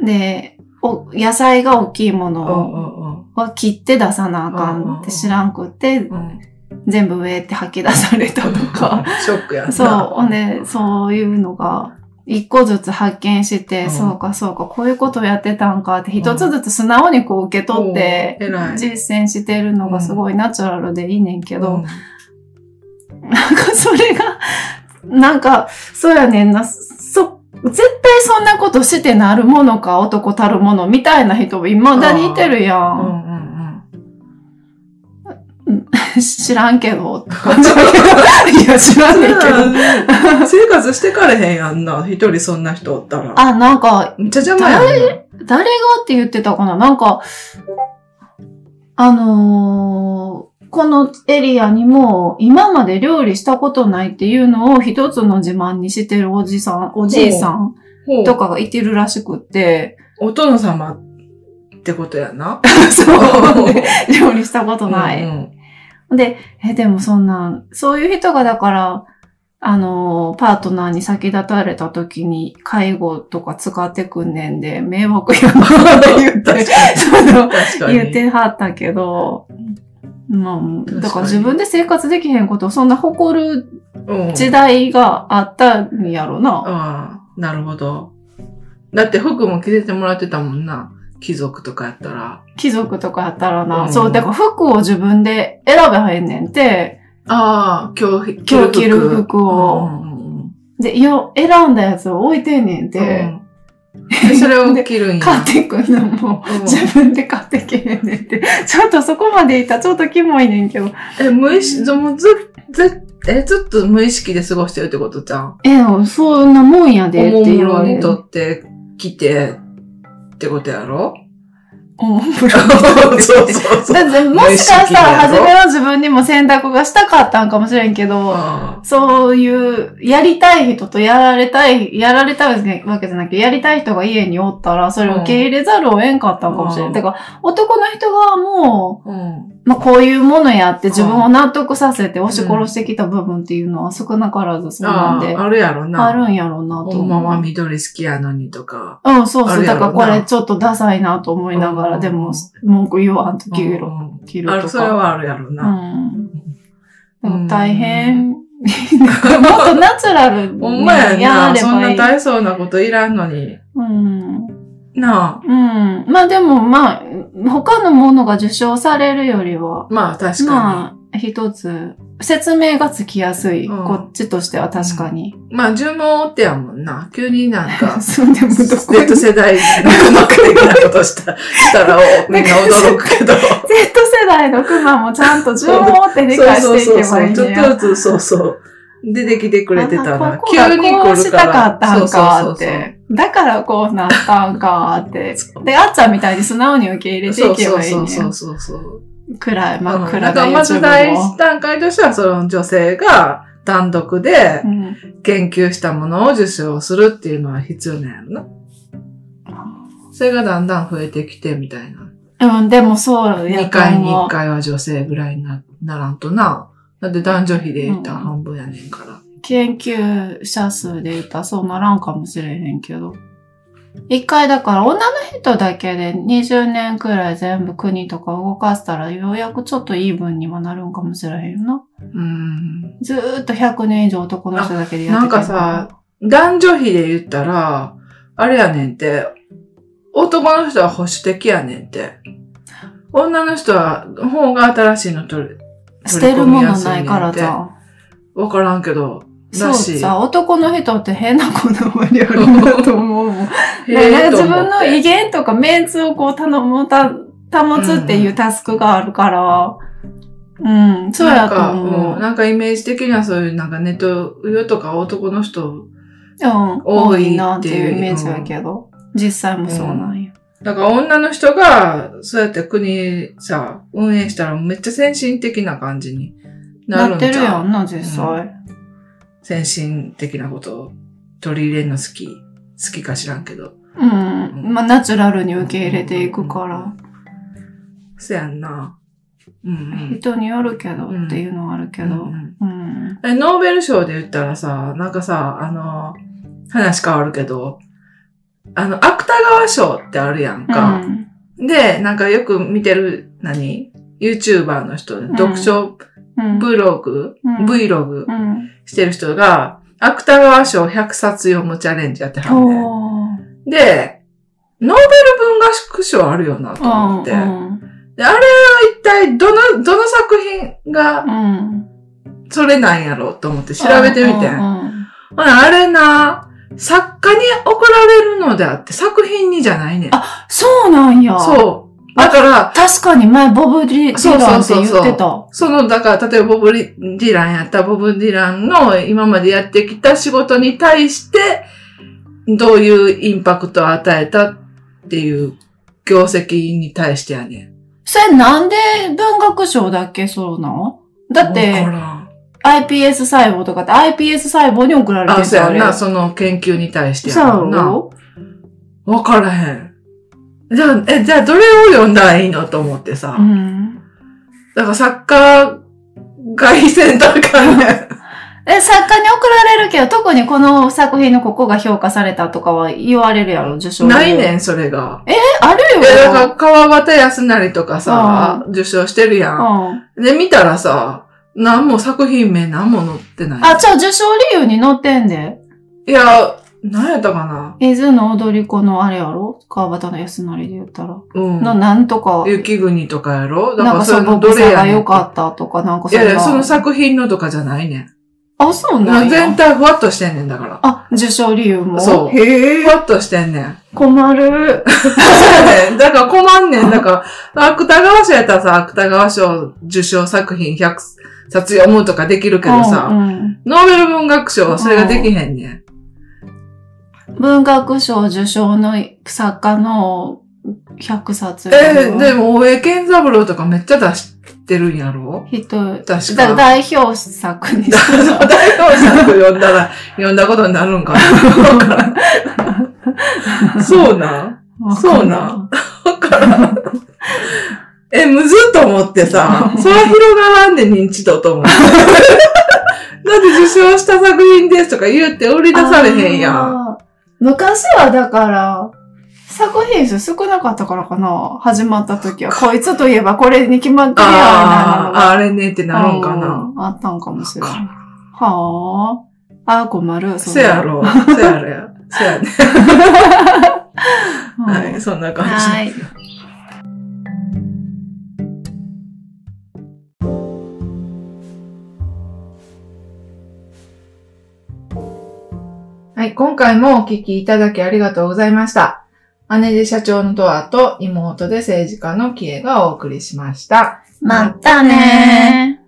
[SPEAKER 2] り、で、お野菜が大きいも
[SPEAKER 1] あ。うんう
[SPEAKER 2] の
[SPEAKER 1] ん
[SPEAKER 2] は切って出さなあかんって知らんくって、
[SPEAKER 1] うんうん。
[SPEAKER 2] 全部上って吐き出されたとか。
[SPEAKER 1] ショックやんな。
[SPEAKER 2] そう、ほんで、そういうのが、一個ずつ発見して、
[SPEAKER 1] うん
[SPEAKER 2] そうかそうか、こういうことをやってたんかって、一つずつ素直にこう受け取って、
[SPEAKER 1] おー偉い
[SPEAKER 2] 実践してるのがすごいナチュラルでいいねんけ
[SPEAKER 1] う
[SPEAKER 2] ど
[SPEAKER 1] ん、
[SPEAKER 2] なんかそれが、なんか、そうやねんな、そ、絶対そんなことしてなるものか、男たるものみたいな人も未だにいてるや
[SPEAKER 1] うん
[SPEAKER 2] ん。
[SPEAKER 1] うんうん。
[SPEAKER 2] 知らんけど、って感じだ けどいや、知らんねんけど。
[SPEAKER 1] 生活してかれへんやんな。一人そんな人おったら。
[SPEAKER 2] あ、なんか、
[SPEAKER 1] めっちゃ邪魔やん
[SPEAKER 2] 誰がって言ってたかななんか、あのーこのエリアにも今まで料理したことないっていうのを一つの自慢にしてるおじさん、おじいさん
[SPEAKER 1] な。
[SPEAKER 2] と
[SPEAKER 1] とか。
[SPEAKER 2] かがいてるらしくって、
[SPEAKER 1] お殿様ってことやな。
[SPEAKER 2] そう、料理したことな
[SPEAKER 1] う
[SPEAKER 2] い。
[SPEAKER 1] ん
[SPEAKER 2] で、え、でもそんな、そういう人がだから、あのー、パートナーに先立たれた時に介護とか使ってくんねんで、迷惑やなって
[SPEAKER 1] う
[SPEAKER 2] 言っ
[SPEAKER 1] ん。確かに
[SPEAKER 2] て、。その、
[SPEAKER 1] 確かに。
[SPEAKER 2] 言ってはったけど、まあ、だ
[SPEAKER 1] 確か
[SPEAKER 2] から
[SPEAKER 1] に
[SPEAKER 2] 自分で生活できへんことをそんな誇る
[SPEAKER 1] うん
[SPEAKER 2] 時代があったんやろな。
[SPEAKER 1] ああ、なるほど。だって服も着せてもらってたもんな。貴族とかやったら。
[SPEAKER 2] 貴族とかやったら
[SPEAKER 1] う
[SPEAKER 2] な。
[SPEAKER 1] ん
[SPEAKER 2] そう、だから服を自分で選べへんねんて。
[SPEAKER 1] ああ、今日
[SPEAKER 2] 今日着る服を
[SPEAKER 1] うんうんうん
[SPEAKER 2] で、いや、選んだやつを置いてんねんて。
[SPEAKER 1] うんでそれ を着るんや。
[SPEAKER 2] 買ってくんのも。
[SPEAKER 1] うん
[SPEAKER 2] 自分で買ってけへんねんって。 ちょっとそこまでいったらちょっとキモいねんけど。
[SPEAKER 1] え、無意識、ずもうずずえずっと無意識で過ごしてるってことじゃん。
[SPEAKER 2] え、そんなもんやでっ
[SPEAKER 1] おも
[SPEAKER 2] て
[SPEAKER 1] む
[SPEAKER 2] 言わ
[SPEAKER 1] ろ
[SPEAKER 2] れ
[SPEAKER 1] にと
[SPEAKER 2] る。
[SPEAKER 1] って着てってことやろ
[SPEAKER 2] おもむろ に
[SPEAKER 1] そうそう そう。
[SPEAKER 2] だってもしかしたら初めの自分にも選択がしたかったんかもしれんけど、
[SPEAKER 1] あ
[SPEAKER 2] そういう、やりたい人とやられたい、やられたいわけじゃなくて、やりたい人が家におったら、それを受け入れざるを得んかったんかもしれ。
[SPEAKER 1] うんん
[SPEAKER 2] だから、男の人がも
[SPEAKER 1] あうん
[SPEAKER 2] う、まあ、こういうものやって自分を納得させて押し殺してきた部分っていうのは少なからずそうな
[SPEAKER 1] あ
[SPEAKER 2] んで、
[SPEAKER 1] あ、あるやろな。
[SPEAKER 2] あるんやろうなと
[SPEAKER 1] ほんま
[SPEAKER 2] 思
[SPEAKER 1] は
[SPEAKER 2] う。
[SPEAKER 1] 緑好きやのにとか。
[SPEAKER 2] うん、そう
[SPEAKER 1] あ
[SPEAKER 2] そう。
[SPEAKER 1] るや
[SPEAKER 2] だ
[SPEAKER 1] ろ
[SPEAKER 2] か
[SPEAKER 1] な
[SPEAKER 2] らこれちょっとダサいなと思いなが
[SPEAKER 1] う
[SPEAKER 2] ら、
[SPEAKER 1] ん
[SPEAKER 2] でも、文句言わんと切
[SPEAKER 1] う
[SPEAKER 2] る
[SPEAKER 1] んうん
[SPEAKER 2] 切る
[SPEAKER 1] あ
[SPEAKER 2] と
[SPEAKER 1] る、それ
[SPEAKER 2] か。
[SPEAKER 1] はあるやろ
[SPEAKER 2] う
[SPEAKER 1] な。
[SPEAKER 2] ん。でも大変。なんかもっとナチュラルに
[SPEAKER 1] ほんまやな。
[SPEAKER 2] れ
[SPEAKER 1] そん
[SPEAKER 2] ばい。
[SPEAKER 1] ない大層なこといらんのに。
[SPEAKER 2] うん。
[SPEAKER 1] な
[SPEAKER 2] うん。まあでもまあ、他のものが受賞されるよりは、
[SPEAKER 1] あ。まあ確か
[SPEAKER 2] まあ、一つ、説明がつきやすい。
[SPEAKER 1] うん
[SPEAKER 2] こっちとしては確かに。。
[SPEAKER 1] に。まあ順番追ってやもんな。急になんか
[SPEAKER 2] そうで も どこ
[SPEAKER 1] Z 世代のまく的なことしたした らおみんな驚くけど。
[SPEAKER 2] Z 世代のクマもちゃんと順を追って理解していけばいいん
[SPEAKER 1] ちょ
[SPEAKER 2] だ
[SPEAKER 1] っ
[SPEAKER 2] よ。
[SPEAKER 1] とずつ、そうそう。出てきてくれてた
[SPEAKER 2] あ
[SPEAKER 1] な。
[SPEAKER 2] ここ
[SPEAKER 1] 急
[SPEAKER 2] が
[SPEAKER 1] に来るから。
[SPEAKER 2] こうしたかったんか
[SPEAKER 1] そうそうそう
[SPEAKER 2] っ
[SPEAKER 1] そう
[SPEAKER 2] て。だからこうなったんかって
[SPEAKER 1] そ。う
[SPEAKER 2] で、あっちゃんみたいに素直に受け入れていけばいい
[SPEAKER 1] そう
[SPEAKER 2] ね
[SPEAKER 1] そう。そうそう。
[SPEAKER 2] くらい、まあ、
[SPEAKER 1] う
[SPEAKER 2] く
[SPEAKER 1] んな
[SPEAKER 2] ら
[SPEAKER 1] んか
[SPEAKER 2] い
[SPEAKER 1] まず第一段階としては、その女性が単独で
[SPEAKER 2] うん。
[SPEAKER 1] 研究したものを受賞するっていうのは必要なんやろな。それがだんだん増えてきてみたいな。
[SPEAKER 2] うん、でもそうや
[SPEAKER 1] 2
[SPEAKER 2] と
[SPEAKER 1] 回に
[SPEAKER 2] 思
[SPEAKER 1] 1
[SPEAKER 2] う。
[SPEAKER 1] 回は女性ぐらいになならんとな。だって男女比で言ったら
[SPEAKER 2] うん
[SPEAKER 1] 半分やねんから。
[SPEAKER 2] 研究者数で言ったらそうならんかもしれへんけど。一回だから女の人だけで20年くらい全部国とか動かしたらようやくちょっとイーブンにはなるんかもしれへんよな。
[SPEAKER 1] うん。
[SPEAKER 2] ずーっと100年以上男の人だけでやって
[SPEAKER 1] なんかさ、男女比で言ったら、あれやねんて、男の人は保守的やねんて。女の人は、方が新しいの取る。
[SPEAKER 2] 捨てるものないからじゃん。
[SPEAKER 1] わからんけど、
[SPEAKER 2] そ
[SPEAKER 1] ら
[SPEAKER 2] う
[SPEAKER 1] しい。
[SPEAKER 2] さ、男の人って変なこだわりあるんだと思うも
[SPEAKER 1] へ
[SPEAKER 2] ん。だから
[SPEAKER 1] えと
[SPEAKER 2] 自
[SPEAKER 1] 思
[SPEAKER 2] 分
[SPEAKER 1] っ
[SPEAKER 2] の
[SPEAKER 1] て
[SPEAKER 2] 威厳とかメンツをこう頼もた、保つっていうタスクがあるから、うん、そうやと思
[SPEAKER 1] なんか、
[SPEAKER 2] う。
[SPEAKER 1] んなんかイメージ的にはそういうなんかネット上とか男の人、
[SPEAKER 2] うん、
[SPEAKER 1] 多
[SPEAKER 2] 多
[SPEAKER 1] い
[SPEAKER 2] いなっていうイメージやけど、実際もそうなんや。
[SPEAKER 1] だから女の人が、そうやって国さ、運営したらめっちゃ先進的な感じになる
[SPEAKER 2] なんって
[SPEAKER 1] じ
[SPEAKER 2] る
[SPEAKER 1] ゃ
[SPEAKER 2] や
[SPEAKER 1] ん。
[SPEAKER 2] んな、実際。
[SPEAKER 1] 先進的なことを取り入れるの好き。好きか知らんけど。
[SPEAKER 2] うん、まあナチュラルに受け入れていくか
[SPEAKER 1] う
[SPEAKER 2] ら
[SPEAKER 1] ん、そやんな。うん
[SPEAKER 2] 人によるけど
[SPEAKER 1] うん
[SPEAKER 2] っていうのはあ るけ
[SPEAKER 1] う
[SPEAKER 2] ど、
[SPEAKER 1] ん。
[SPEAKER 2] うん。
[SPEAKER 1] え、ノーベル賞で言ったらさ、なんかさ、あの、話変わるけど、あの、芥川賞ってあるやんか。
[SPEAKER 2] うん
[SPEAKER 1] で、なんかよく見てる、何 ?YouTuber の人、読書
[SPEAKER 2] うん。
[SPEAKER 1] Vlog、
[SPEAKER 2] うん
[SPEAKER 1] Vlog
[SPEAKER 2] うん。
[SPEAKER 1] してる人が、芥川賞100冊読むチャレンジやってはんねん。
[SPEAKER 2] おー
[SPEAKER 1] で、ノーベル文学賞あるよなと思って。
[SPEAKER 2] う
[SPEAKER 1] で、
[SPEAKER 2] ん
[SPEAKER 1] あれは一体どの、どの作品が
[SPEAKER 2] うん。
[SPEAKER 1] それなんやろうと思って調べてみてん。
[SPEAKER 2] うんうん
[SPEAKER 1] ほら、あれな、作家に怒られるのであって、作品にじゃないねん。
[SPEAKER 2] そうなんや。
[SPEAKER 1] そう。だから、
[SPEAKER 2] 確かに前ボブ・ディディランって言
[SPEAKER 1] そうそう
[SPEAKER 2] って
[SPEAKER 1] そう
[SPEAKER 2] た。
[SPEAKER 1] その、だから、例えばボブ・ディランやったらボブ・ディランの今までやってきた仕事に対して、どういうインパクトを与えたっていう業績に対してやねん。
[SPEAKER 2] それなんで文学賞だっけそうなのだっ
[SPEAKER 1] わか
[SPEAKER 2] て、
[SPEAKER 1] らん
[SPEAKER 2] iPS 細胞とかって iPS 細胞に送られて
[SPEAKER 1] あ、
[SPEAKER 2] る
[SPEAKER 1] そうやんな、
[SPEAKER 2] そ
[SPEAKER 1] その研究に対して
[SPEAKER 2] う
[SPEAKER 1] やもんな。わからへん。じゃあ、え、じゃあ、どれを読んだらいいのと思ってさ。
[SPEAKER 2] うん。
[SPEAKER 1] だからサッカー外線だからね。
[SPEAKER 2] え、作家に送られるけど、特にこの作品のここが評価されたとかは言われるやろ、受賞で
[SPEAKER 1] ないね。ん、それが。
[SPEAKER 2] えあるよ。
[SPEAKER 1] え、だから川端康成とかさ、受賞してるやん。
[SPEAKER 2] うん。
[SPEAKER 1] で、見たらさ、なんも作品名なんも載ってない。
[SPEAKER 2] あ、じゃあ受賞理由に載ってんで。
[SPEAKER 1] いや、なんやったかな。
[SPEAKER 2] 伊豆の踊り子のあれやろ川端の安成で言ったら。
[SPEAKER 1] うん。
[SPEAKER 2] のなんとか。
[SPEAKER 1] 雪国とかやろだか
[SPEAKER 2] なん
[SPEAKER 1] ら
[SPEAKER 2] か
[SPEAKER 1] それ
[SPEAKER 2] そ
[SPEAKER 1] の
[SPEAKER 2] の
[SPEAKER 1] ど
[SPEAKER 2] ど
[SPEAKER 1] れ
[SPEAKER 2] れ
[SPEAKER 1] や
[SPEAKER 2] が
[SPEAKER 1] ねん
[SPEAKER 2] 良。かったとか、なんか
[SPEAKER 1] いやいや、
[SPEAKER 2] な
[SPEAKER 1] その作品のとかじゃないねん。
[SPEAKER 2] あ、そうなんや
[SPEAKER 1] 全体ふわっとしてんねんだから。
[SPEAKER 2] あ、受賞理由も。
[SPEAKER 1] そう
[SPEAKER 2] へ
[SPEAKER 1] ふ
[SPEAKER 2] え。
[SPEAKER 1] わっとしてんねん。
[SPEAKER 2] 困る。
[SPEAKER 1] そうやねん。だから困んねん。だから、芥川賞やったらさ、芥川賞受賞作品100冊読むとかできるけど
[SPEAKER 2] う
[SPEAKER 1] さ、
[SPEAKER 2] んうん
[SPEAKER 1] ノーベル文学賞はそれができへんねん。
[SPEAKER 2] 文学賞受賞の作家の100冊。
[SPEAKER 1] えー、でも、大江健三郎とかめっちゃ出してるんやろ
[SPEAKER 2] 人、
[SPEAKER 1] 確
[SPEAKER 2] だ
[SPEAKER 1] か。
[SPEAKER 2] 代表作にし
[SPEAKER 1] 代表作読んだら、読んだことになる んかな。わからんそうなん
[SPEAKER 2] た
[SPEAKER 1] そうな。わからん。え、むずっと思ってさ、それは広がらんで認知度と 思って。だって受賞した作品ですとか言うて売り出されへんやん。
[SPEAKER 2] あー昔はだから、作品数少なかったからかな始まった時は。こいつといえばこれに決まってるやん、みたいなの
[SPEAKER 1] あー
[SPEAKER 2] が。
[SPEAKER 1] あれねってなるんかな。
[SPEAKER 2] うんあったんかもしれない。はあ。あー、困る。ん
[SPEAKER 1] せ
[SPEAKER 2] な
[SPEAKER 1] や。ろ。せやろや。せやね。
[SPEAKER 2] うん
[SPEAKER 1] はい、そんな感じ。
[SPEAKER 2] はい。
[SPEAKER 1] はい、今回もお聞きいただきありがとうございました。姉で社長のトアと妹で政治家のキエがお送りしました。
[SPEAKER 2] またねー。